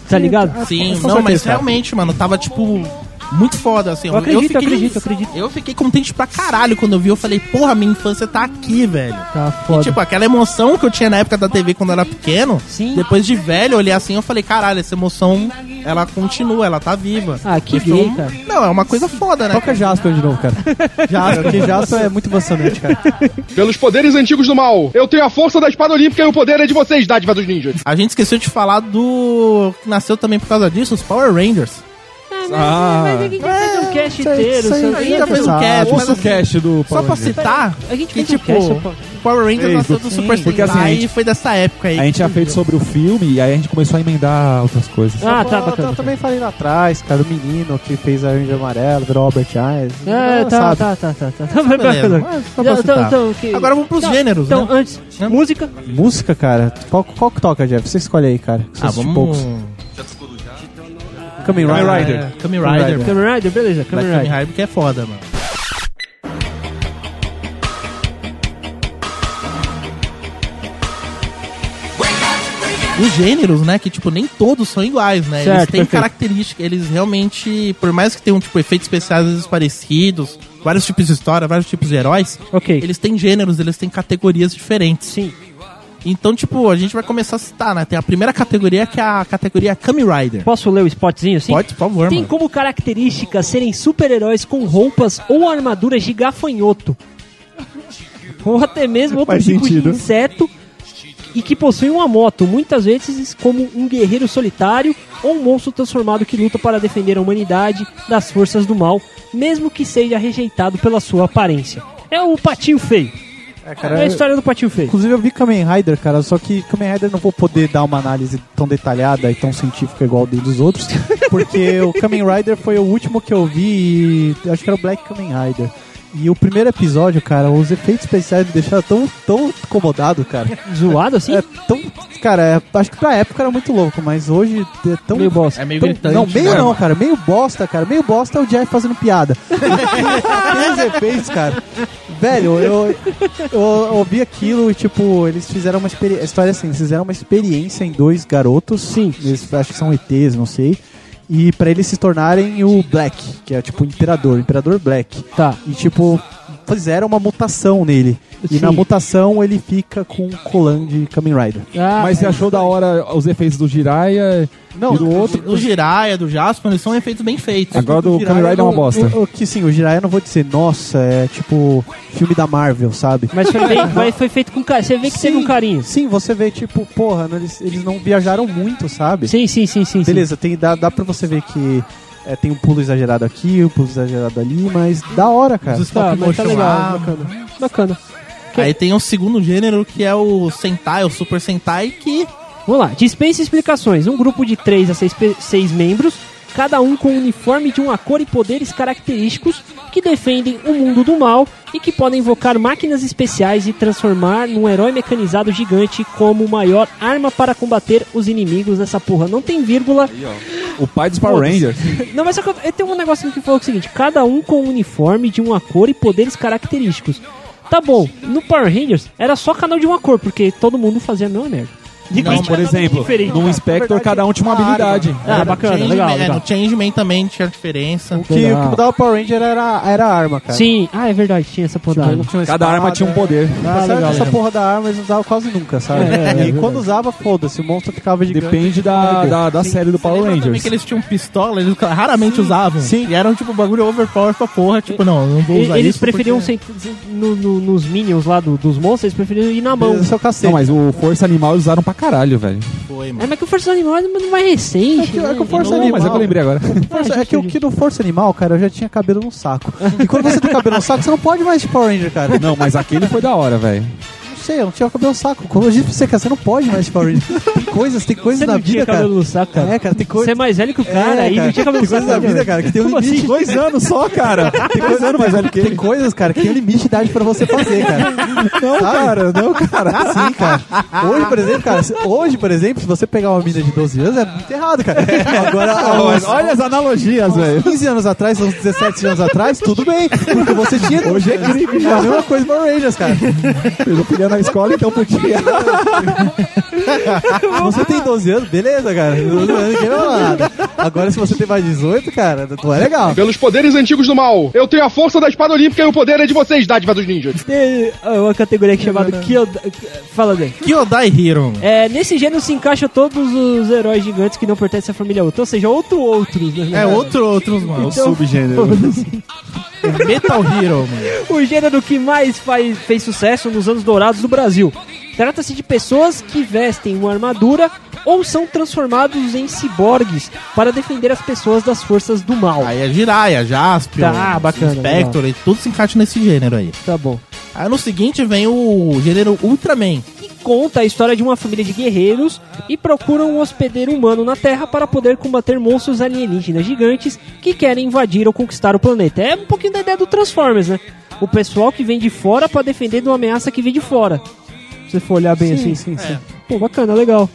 Tá ligado?
Sim,
Com
não, mas
certeza, cara.
realmente, mano, tava tipo. Muito foda, assim.
Eu acredito, eu
fiquei,
acredito, eu acredito.
eu fiquei contente pra caralho quando eu vi. Eu falei, porra, minha infância tá aqui, velho.
Tá
E,
foda.
tipo, aquela emoção que eu tinha na época da TV quando eu era pequeno,
Sim.
depois de velho, eu olhei assim eu falei, caralho, essa emoção, ela continua, ela tá viva.
Ah, que
Então,
gay, cara.
Não, é uma coisa foda, né?
Toca Jasper de novo, cara. Jasper, porque Jasper é muito emocionante, cara.
Pelos poderes antigos do mal, eu tenho a força da espada olímpica e o poder é de vocês, dádiva dos ninjas.
A gente esqueceu de falar do. que nasceu também por causa disso, os Power Rangers.
Ah,
A gente fez um cast
isso aí-
inteiro,
isso aí
seu-
A gente já fez um
pesado.
cast, mas
ouça o
assim,
cast do
só pra
Power Rangers.
citar,
A gente
que
fez
tipo,
um cast, pô.
Power Rangers
Fez,
nasceu do Super
porque, assim, a
Sentai
gente-
e foi dessa época aí.
A gente já fez sobre o filme e aí a gente começou a emendar outras coisas.
Ah, tá,
Eu-
bacana.
Eu também falei lá atrás, cara, o menino que fez a Ranger Amarela, virou Albert Einstein.
É,
não,
tá,
sabe?
tá, tá, tá, tá. Tá, vai, vai,
Beleza,
vai.
mas só pra
Então,
citar.
então, que-
Agora vamos pros
Então,
gêneros,
Então,
né?
antes,
Né?
música.
Música, cara, qual, qual que toca, Jeff? Você escolhe aí, cara.
Ah,
Seus
vamos...
poucos. Kamen Rider.
Kamen Rider. Kamen
Kamen
Rider,
Rider.
mano.
Kamen Rider, beleza,
Black
Kamen
Kamen
Rider.
Rider que é foda, mano. Os gêneros, né, que tipo, nem todos são iguais, né? eles
Certo,
têm
perfeito.
características, eles realmente, por mais que tenham tipo efeitos especiais às vezes parecidos, vários tipos de história, vários tipos de heróis,
Ok.
eles têm gêneros, eles têm categorias diferentes.
Sim.
Então, tipo, a gente vai começar a citar, né? Tem a primeira categoria que é a categoria Kamen Rider.
Posso ler o spotzinho assim?
Pode, por favor,
Tem
mano.
como característica serem super-heróis com roupas ou armaduras de gafanhoto. Ou até mesmo outro
Faz
tipo
sentido.
de inseto. E que possuem uma moto, muitas vezes como um guerreiro solitário ou um monstro transformado que luta para defender a humanidade das forças do mal, mesmo que seja rejeitado pela sua aparência. É o patinho feio. É, a história do patinho feio.
Inclusive eu vi Kamen Rider, cara, só que Kamen Rider eu não vou poder dar uma análise tão detalhada e tão científica igual a dos outros, porque o Kamen Rider foi o último que eu vi e acho que era o Black Kamen Rider. E o primeiro episódio, cara, os efeitos especiais me deixaram tão, tão incomodado, cara.
Zoado assim?
É tão. Cara, é- acho que pra época era muito louco, mas hoje é tão.
Meio bosta. É.
É meio
tão-
gritante.
não, meio
né,
não,
mano?
cara. Meio bosta, cara. Meio bosta é o Jeff fazendo piada. Aqueles efeitos, cara. Velho, eu, eu ouvi aquilo e, tipo, eles fizeram uma experiência. história é assim, eles fizeram uma experiência em dois garotos. Sim. Eles acho que são ETs, não sei. E pra eles se tornarem o Black, que é tipo o Imperador, o Imperador Black.
Tá.
E tipo, fizeram uma mutação nele. E
Sim.
na mutação ele fica com o colan de Kamen Rider.
Ah,
Mas você achou da hora os efeitos do Jiraiya
Não,
e do outro?
Tipo, Do Jiraiya, do Jasper, eles são efeitos bem feitos.
Agora do
Jiraiya
Kamen Rider é uma
não-
bosta.
o- o que sim, o Jiraiya eu não vou dizer, nossa, é tipo filme da Marvel, sabe?
Mas foi, bem- mas foi feito com carinho. Você vê que
Sim.
teve um carinho.
Sim, você vê, tipo, porra, né, eles, eles não viajaram muito, sabe?
Sim, sim, sim, sim. sim.
Beleza, tem, dá, dá pra você ver que é, tem um pulo exagerado aqui, um pulo exagerado ali, mas da hora, cara.
Os
Tá,
stop
mas tá
motion lá.
legal, bacana. Bacana.
Aí tem um segundo gênero que é o Sentai, o Super Sentai, que
Vamos lá. Dispensa explicações. Um grupo de 3 a 6, membros, cada um com um uniforme de uma cor e poderes característicos que defendem o mundo do mal e que podem invocar máquinas especiais e transformar num herói mecanizado gigante como maior arma para combater os inimigos dessa porra. Não tem vírgula.
O pai dos Power
Foda-se.
Rangers.
Não, mas só que eu- tem um negócio que falou o seguinte: cada um com um uniforme de uma cor e poderes característicos. Tá bom, no Power Rangers era só canal de uma cor, porque todo mundo fazia a mesma merda. Ninguém
Não,
tinha nada
Por exemplo,
diferente.
num Spector cada um tinha uma habilidade.
Ah, bacana,
Changeman-
legal,
é,
legal.
no Changeman também tinha diferença.
O que, o que mudava o Power Ranger era, era a arma, cara.
Sim, ah, é verdade, tinha essa podada.
Tá. Tipo, tinha uma
Cada arma
espada,
tinha um poder.
Tá É, certo
legal,
essa
legal.
porra da arma eles não usavam quase nunca, sabe? e quando usava, foda-se, o monstro ficava gigante.
Depende da, da, da série do Power
Lembra também
Rangers.
que eles tinham pistola, eles raramente usavam.
Sim.
E eram tipo bagulho overpower pra porra, tipo, não, não vou
E-
usar
eles
isso.
preferiam
porque-
ser- no- no- nos minions lá do- dos monstros, eles preferiam ir na mão.
Esse é o cacete.
Não, mas o Força Animal eles usaram pra caralho, velho.
Foi,
É,
mano.
mas que o Força Animal não vai recente.
É que- é
né?
que o Força
Não,
Não, mas é que eu lembrei agora.
Força-
Ah,
é
justo,
que o
justo.
que no Força Animal, cara, eu já tinha cabelo no saco. E quando você tem cabelo no saco, você não pode mais de Power Ranger, cara.
Não, mas aquele foi da hora, velho.
sei, eu não tinha cabelo no saco. Como eu disse pra você, cara, você não pode mais de Power Rangers. Tem coisas, tem coisas
Você
na
não tinha
vida, cara.
cabelo no saco, cara.
É, cara, tem
Você é
coisas.
mais velho que o cara, aí não tinha cabelo no
É, tem
saco.
coisas na vida,
velho.
cara, que tem um
Como
limite.
assim?
Dois anos só, cara.
Tem coisas mais velho que Tem coisas, cara, que tem um limite de idade pra você fazer, cara. Não, cara, não, cara. Assim, cara. Hoje, por exemplo, cara, se- hoje, por exemplo, se você pegar uma mina de 12 anos, é muito errado, cara. Agora, há uns-
Olha as analogias,
há
velho.
uns 15 anos atrás, há uns 17 anos atrás, tudo bem. Porque você tinha. Hoje é crime, já. É a mesma coisa Power Rangers, cara.
Pedofilia na escola, então podia.
Você tem 12 anos, beleza, cara. 12 anos, ninguém vai lá. Agora, se você tem mais 18, cara, não é legal.
Pelos poderes antigos do mal, eu tenho a força da espada olímpica e o poder é de vocês, dádiva dos ninjas.
Tem ah, uma categoria que é chamada Kyodai. Fala bem.
Kyodai Hero.
É, nesse gênero se encaixam todos os heróis gigantes que não pertencem à família outra, ou seja, outro outros. né?
É outro, outros, mano.
Então,
Subgênero.
Metal Hero, mano.
o gênero que mais faz, fez sucesso nos anos dourados do Brasil. Trata-se de pessoas que vestem uma armadura ou são transformados em ciborgues para defender as pessoas das forças do mal.
Aí é Jiraiya, Jaspion,
Tá, bacana,
Spectre, tudo se encaixa nesse gênero aí.
Tá bom.
Aí no seguinte vem o gênero Ultraman.
Que conta a história de uma família de guerreiros e procuram um hospedeiro humano na Terra para poder combater monstros alienígenas gigantes que querem invadir ou conquistar o planeta. É um pouquinho da ideia do Transformers, né? O pessoal que vem de fora para defender de uma ameaça que vem de fora. Se você for olhar bem assim. Sim, sim. Pô, bacana, legal.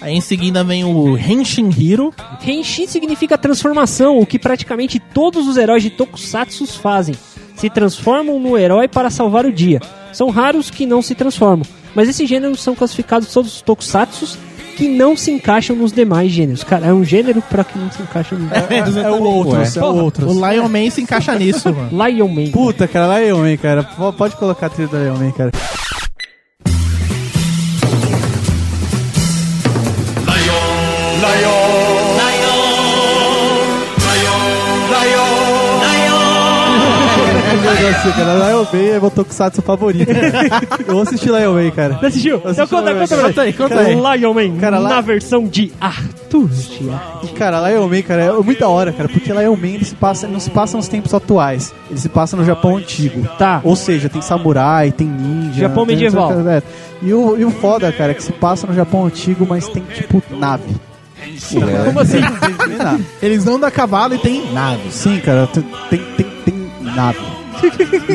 Aí em seguida vem o Henshin Hero.
Henshin significa transformação, o que praticamente todos os heróis de Tokusatsu fazem. Se transformam no herói para salvar o dia. São raros que não se transformam, mas esse gênero são classificados todos os Tokusatsus que não se encaixam nos demais gêneros. Cara, é um gênero para que não se encaixa no
É o outros, é o
O
outros.
Lion Man se encaixa nisso, mano.
Lion Man.
Puta, cara, lá é eu, hein, cara. P- Pode colocar a trilha da Leon, hein, cara. Eu gosto disso, Cara, Lion Man é meu tokusatsu favorito. Cara. Eu vou assistir Lion Man, cara.
Você assistiu? Então
assisti
conta,
Lion Man.
conta, pra
Conta aí,
nós.
conta aí.
Lion Man,
Cara, lá-
na versão de Arthur. de Arthur.
Cara, Lion Man, cara, é muito da hora, cara, porque Lion Man ele se passa, não se passa nos tempos atuais, ele se passa no Japão antigo.
Tá.
Ou seja, tem samurai, tem ninja.
Japão
tem-
medieval.
é. E o, e o foda, cara, é que se passa no Japão antigo, mas tem tipo nave. Tá
Como assim?
Tem nave.
Eles não dá cavalo e tem naves.
Sim, cara, tem, tem, tem, tem nave.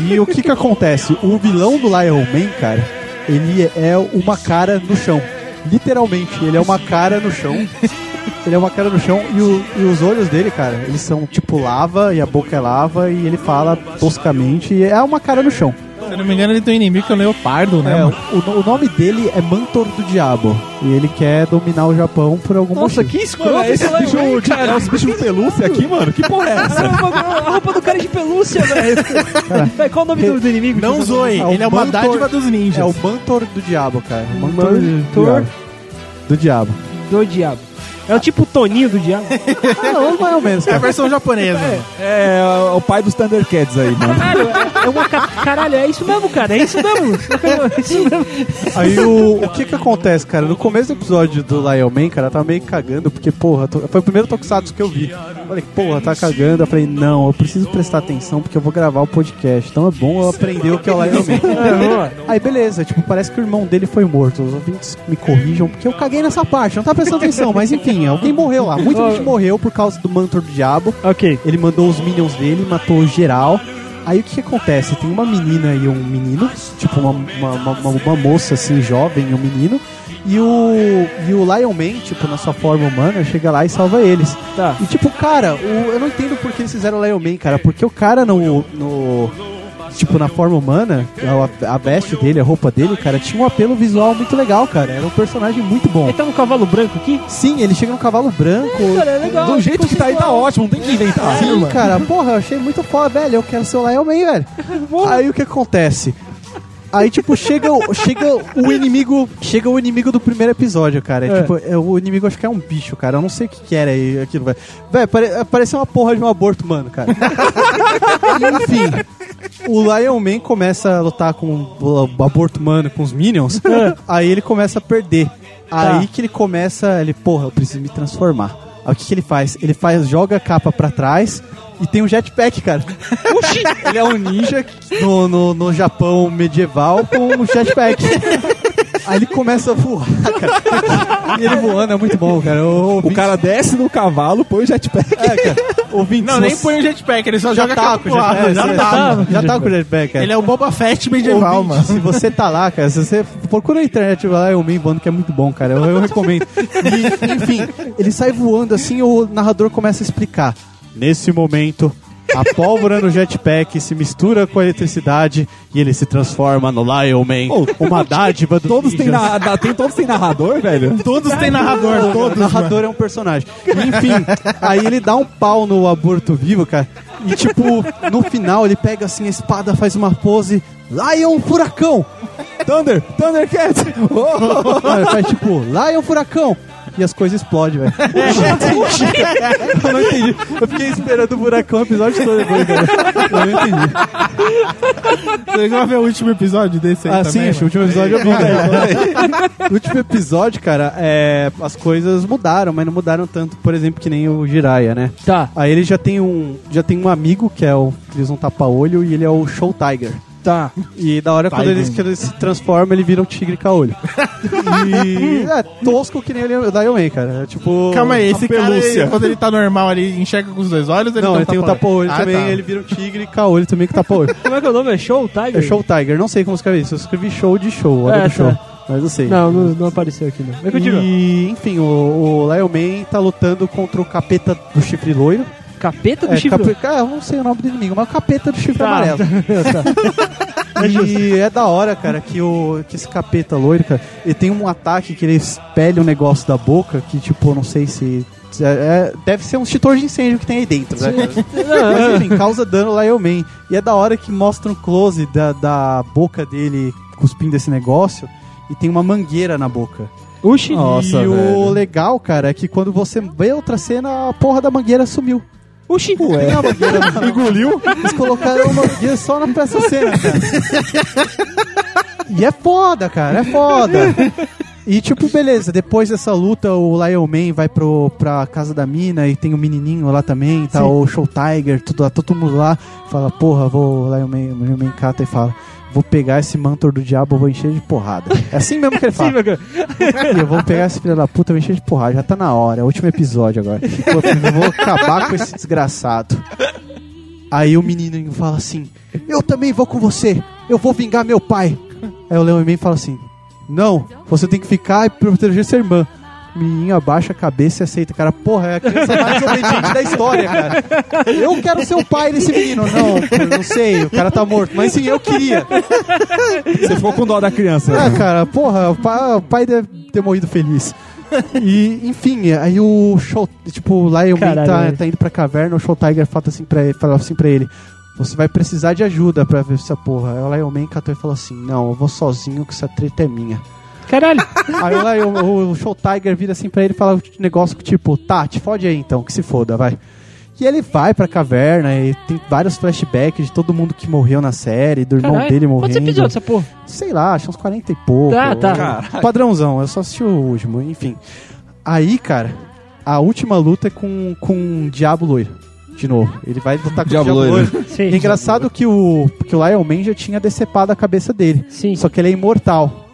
E o que que acontece? O vilão do Lion Man, cara, ele é uma cara no chão. Literalmente, ele é uma cara no chão. Ele é uma cara no chão e, o- e os olhos dele, cara, eles são tipo lava e a boca é lava e ele fala toscamente e é uma cara no chão.
Se eu não me engano, ele tem um inimigo que é o Leopardo, né?
É,
mano?
o, o nome dele é Mantor do Diabo e ele quer dominar o Japão por algum
Nossa,
motivo.
que escroto. esse é bicho, cara, é uns bichos pelúcia aqui, mano. Que porra é essa?
Cara, a roupa- a roupa do cara é de pelúcia, velho. Vai, Qual é o nome do, do inimigo?
Não zoe,
É o
ele é uma
Mantor-
dádiva dos ninjas.
É o Mantor do Diabo, cara. Mantor, do,
Mantor
diabo. do Diabo.
do diabo. É o tipo Toninho do diabo.
Ah, não, mais ou menos,
É a
cara.
versão japonesa.
É ó, o pai dos Thundercats aí, mano.
Caralho, é- é uma ca- caralho, é isso mesmo, cara, é isso mesmo. É isso mesmo.
Aí o, o que que acontece, cara? No começo do episódio do Lion Man, cara, eu tava meio cagando, porque, porra, to- foi o primeiro Tokusatsu que eu vi. Falei, porra, tá cagando. Eu falei, não, eu preciso prestar atenção porque eu vou gravar o podcast. Então é bom eu aprender o que é o Lion
Tá
Man. Aí beleza, tipo, parece que o irmão dele foi morto. Os ouvintes me corrijam, porque eu caguei nessa parte, não tá prestando atenção, mas enfim, alguém morreu lá. Muita gente morreu por causa do mantor do diabo.
Ok.
Ele mandou os minions dele, matou geral. Aí o que, que acontece? Tem uma menina e um menino, tipo uma, uma, uma, uma- uma moça assim, jovem e um menino. E o, e o Lion Man, tipo, na sua forma humana, chega lá e salva eles.
Tá.
E tipo, cara, o- eu não entendo por que eles fizeram o Lion Man, cara. Porque o cara no. no tipo, na forma humana, a, a veste dele, a roupa dele, cara, tinha um apelo visual muito legal, cara. Era um personagem muito bom.
Ele tá no cavalo branco aqui?
Sim, ele chega num cavalo branco.
Cara, é legal.
Do jeito que tá aí, tá ótimo. Não tem que
É.
inventar.
Sim, cara, porra, eu achei muito foda, velho. Eu quero ser o Lion Man, velho. Aí o que acontece? Aí, tipo, chega, o- chega o inimigo. Chega o inimigo do primeiro episódio, cara. É, tipo, é, o inimigo acho que é um bicho, cara. Eu não sei o que, que era aí, aquilo, velho. Velho, pare, parecia uma porra de um aborto, mano, cara. Enfim. O Lion Man começa a lutar com o o aborto humano, com os Minions. aí ele começa a perder. Aí que ele começa, ele, porra, eu preciso me transformar. Aí o que, que ele faz? Ele faz, joga a capa pra trás, E tem um jetpack, cara. Ele é um ninja no, no, no Japão medieval com um jetpack. Aí ele começa a voar, cara. E ele voando é muito bom, cara. O,
O cara desce no cavalo, põe o jetpack.
É, cara. Ouvinte,
Não, nem
você-
põe o jetpack, ele só
já
joga
tá
capa
com o
pro lado,
jetpack.
já
é,
tá.
Já, já tá com o jetpack, cara.
Ele é o Boba Fett medieval,
Ouvinte,
mano.
Se você tá lá, cara, se você procura na internet vai lá, é o Man voando, que é muito bom, cara. Eu, eu recomendo. E, enfim, ele sai voando assim o narrador começa a explicar. Nesse momento, a pólvora no jetpack se mistura com a eletricidade e ele se transforma no Lion Man, uma dádiva dos
Oh, Todos têm,
ninjas.
na- na- tem- todos têm narrador, velho?
Todos têm narrador,
O narrador é um personagem. Enfim, aí ele dá um pau no aborto vivo, cara. E tipo, no final ele pega assim a espada, faz uma pose. Lion Furacão!
Thunder, Thundercat! Oh,
Cara, faz tipo, Lion Furacão! E as coisas explodem, velho. eu não entendi. Eu fiquei esperando o furacão o episódio todo depois, cara. Eu não entendi.
Você vai ver o último episódio desse aí
Ah, sim,
também?
acho que o último episódio
É,
eu vi, cara. No último episódio, cara, é, as coisas mudaram, mas não mudaram tanto, por exemplo, que nem o Jiraiya, né?
Tá,
Aí ele já tem um, já tem um amigo que é o que eles um tapa-olho e ele é o Show Tiger.
tá.
E da hora quando
Tiger.
ele, que ele se transforma, ele vira um tigre caolho. e é tosco que nem ele, o Dion Man, cara. É tipo.
Calma aí, esse cara,
pelúcia.
ele- quando ele tá normal ali, enxerga com os dois olhos, ele
Não, ele
tá
tem um tapa-olho também,
tá.
ele vira um tigre caolho também com tapa-olho.
Como é que é o nome? É Show Tiger?
é Show Tiger, não sei como escrever isso. Eu escrevi show de show,
É,
hora
tá.
do show. Mas eu sei.
Não, não, não apareceu aqui não. Mas continua.
E, enfim, o, o Lion Man tá lutando contra o capeta do chifre loiro.
Capeta do
É,
chifre.
cape- Cara, eu não sei o nome do inimigo, mas é o capeta do chifre
Tá.
amarelo. E é da hora, cara, que, o, que esse capeta loiro, cara, ele tem um ataque que ele espelha um negócio da boca que, tipo, eu não sei se. se é- é- deve ser um extintor de incêndio que tem aí dentro, né? cara?
Ah,
Mas enfim, causa dano lá Lion Man. E é da hora que mostra um close da, da boca dele cuspindo esse negócio e tem uma mangueira na boca.
Uxi.
e o legal, cara, é que quando você vê outra cena, a porra da mangueira sumiu.
Uxi.
Tem a mangueira, mano.
engoliu?
É. Eles colocaram uma guia só na peça cena, cara. E é foda, cara, é foda. E tipo, beleza, depois dessa luta o Lion Man vai pro, pra casa da mina e tem o menininho lá também, tá o Show Tiger, tudo lá, todo mundo lá. Fala, porra, vou, o Lion Man, o Lion Man cata e fala, vou pegar esse mantor do diabo, eu vou encher de porrada. É assim mesmo que ele fala.
Sim, bacana.
E eu vou pegar esse filho da puta, vou encher de porrada. Já tá na hora, é o último episódio agora. Pô, eu vou acabar com esse desgraçado. Aí o menino fala assim: Eu também vou com você, eu vou vingar meu pai. Aí o Leão Man fala assim: Não, você tem que ficar e proteger sua irmã. O Menininho abaixa a cabeça e aceita, cara. Porra, é a criança mais obediente da história, cara. Eu quero ser o pai desse menino. Não, eu não sei, o cara tá morto. Mas sim, eu queria.
Você ficou com dó da criança.
Uhum.
Ah,
É.
cara, porra, o pai, o pai deve ter morrido feliz. E, enfim, aí o show, tipo, lá o Man
Caralho,
tá,
velho.
tá indo pra caverna, o Show Tiger fala assim pra ele, fala assim pra ele, você vai precisar de ajuda pra ver essa porra. Aí o Lion Man catou e falou assim, não, eu vou sozinho que essa treta é minha.
Caralho.
Aí o, Lion- o, o Show Tiger vira assim pra ele e fala um negócio que tipo, tá, te fode aí então, que se foda, vai. E ele vai pra caverna e tem vários flashbacks de todo mundo que morreu na série, do irmão
Caralho.
dele morrendo.
Quantos episódios essa porra?
Sei lá, acho uns 40 e pouco.
Tá, tá.
Caralho. Padrãozão, eu só assisti o último, enfim. Aí, cara, a última luta é com, com o Diabo Loiro. De novo. Ele vai lutar com
Diabo
o Diabo
Loiro.
Loiro.
Sim.
E é engraçado que o, que o Lion Man já tinha decepado a cabeça dele.
Sim.
Só que ele é imortal.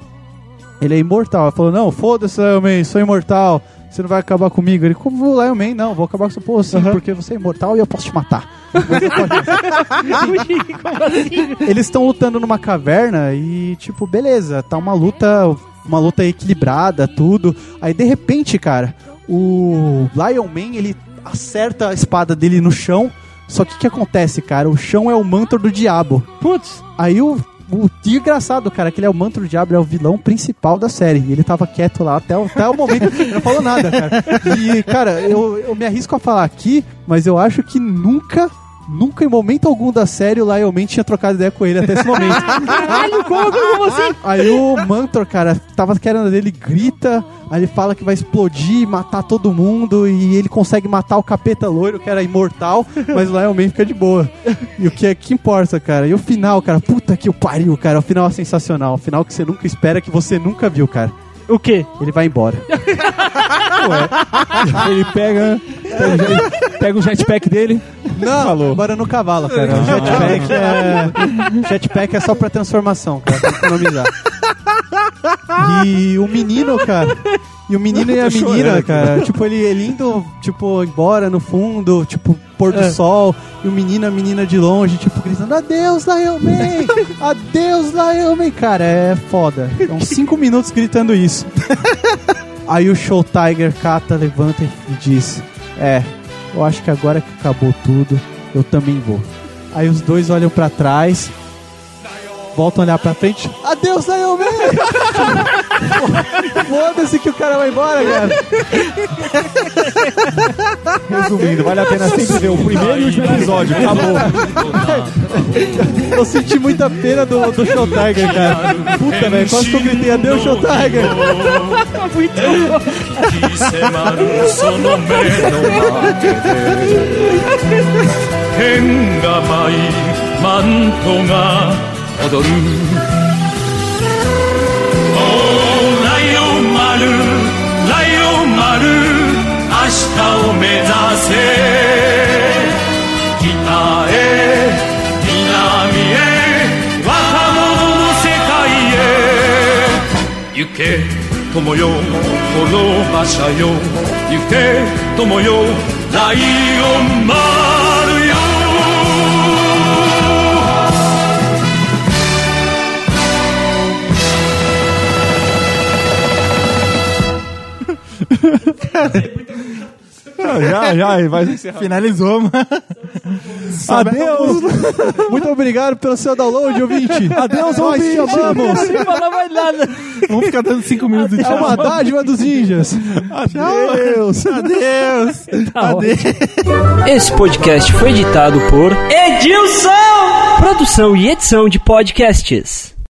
Ele é imortal. Ele falou, não, foda-se, Lion Man, sou imortal. Você não vai acabar comigo. Ele, como o Lion Man? Não, vou acabar com você. Pô, sim, porque você é imortal e eu posso te matar. Você pode
Uxi, como assim?
eles estão lutando numa caverna e, tipo, beleza, tá uma luta, uma luta equilibrada, tudo. Aí, de repente, cara, o Lion Man, ele acerta a espada dele no chão. Só que o que acontece, cara? O chão é o manto do diabo.
Putz.
Aí o, o e engraçado, cara, que ele é o manto do diabo, ele é o vilão principal da série. E ele tava quieto lá até, o- até o momento, ele não falou nada, cara. E, cara, eu, eu me arrisco a falar aqui, mas eu acho que nunca. Nunca em momento algum da série o Lion Man tinha trocado ideia com ele até esse momento.
Caralho, como, como assim?
Aí o Mantor, cara, tava querendo dele, grita, aí ele fala que vai explodir, matar todo mundo, e ele consegue matar o capeta loiro, que era imortal, mas o Lion Man fica de boa. E o que é que importa, cara? E o final, cara, puta que o pariu, cara, o final é sensacional, o final que você nunca espera, que você nunca viu, cara.
O quê?
Ele vai embora.
Ele pega, pega, o jet- pega o jetpack dele,
Não,
Falou.
agora é no cavalo, cara. Jetpack é... Jetpack é só pra transformação, cara, pra economizar. E o menino, cara... E o menino e a
tô
menina,
chorando aqui.
cara, tipo, ele, ele indo, tipo, embora no fundo, tipo, pôr
É.
do sol, e o menino e a menina de longe, tipo, gritando, adeus, Lion Man! Adeus, Lion Man! Cara, é foda. É uns cinco minutos gritando isso. Aí o Show Tiger cata, levanta e diz: É, eu acho que agora que acabou tudo, eu também vou. Aí os dois olham pra trás, voltam a olhar pra frente. Adeus, Lion Man! Foda-se que o cara vai embora, cara.
Resumindo, vale a pena sempre ver o primeiro e o último episódio. Acabou.
Eu senti muita pena do, do Show Tiger, cara. Puta, velho, quase que eu gritei: Adeus, Show Tiger!
Já, já, vai encerrar.
Finalizou, mano.
Adeus! Muito obrigado pelo seu download, ouvinte! Adeus, Nós te amamos!
Não fala mais nada.
Vamos ficar dando cinco minutos de
É uma dádiva dos ninjas! Adeus!
Adeus. Adeus.
Esse podcast foi editado por Edilson! Produção e edição de podcasts.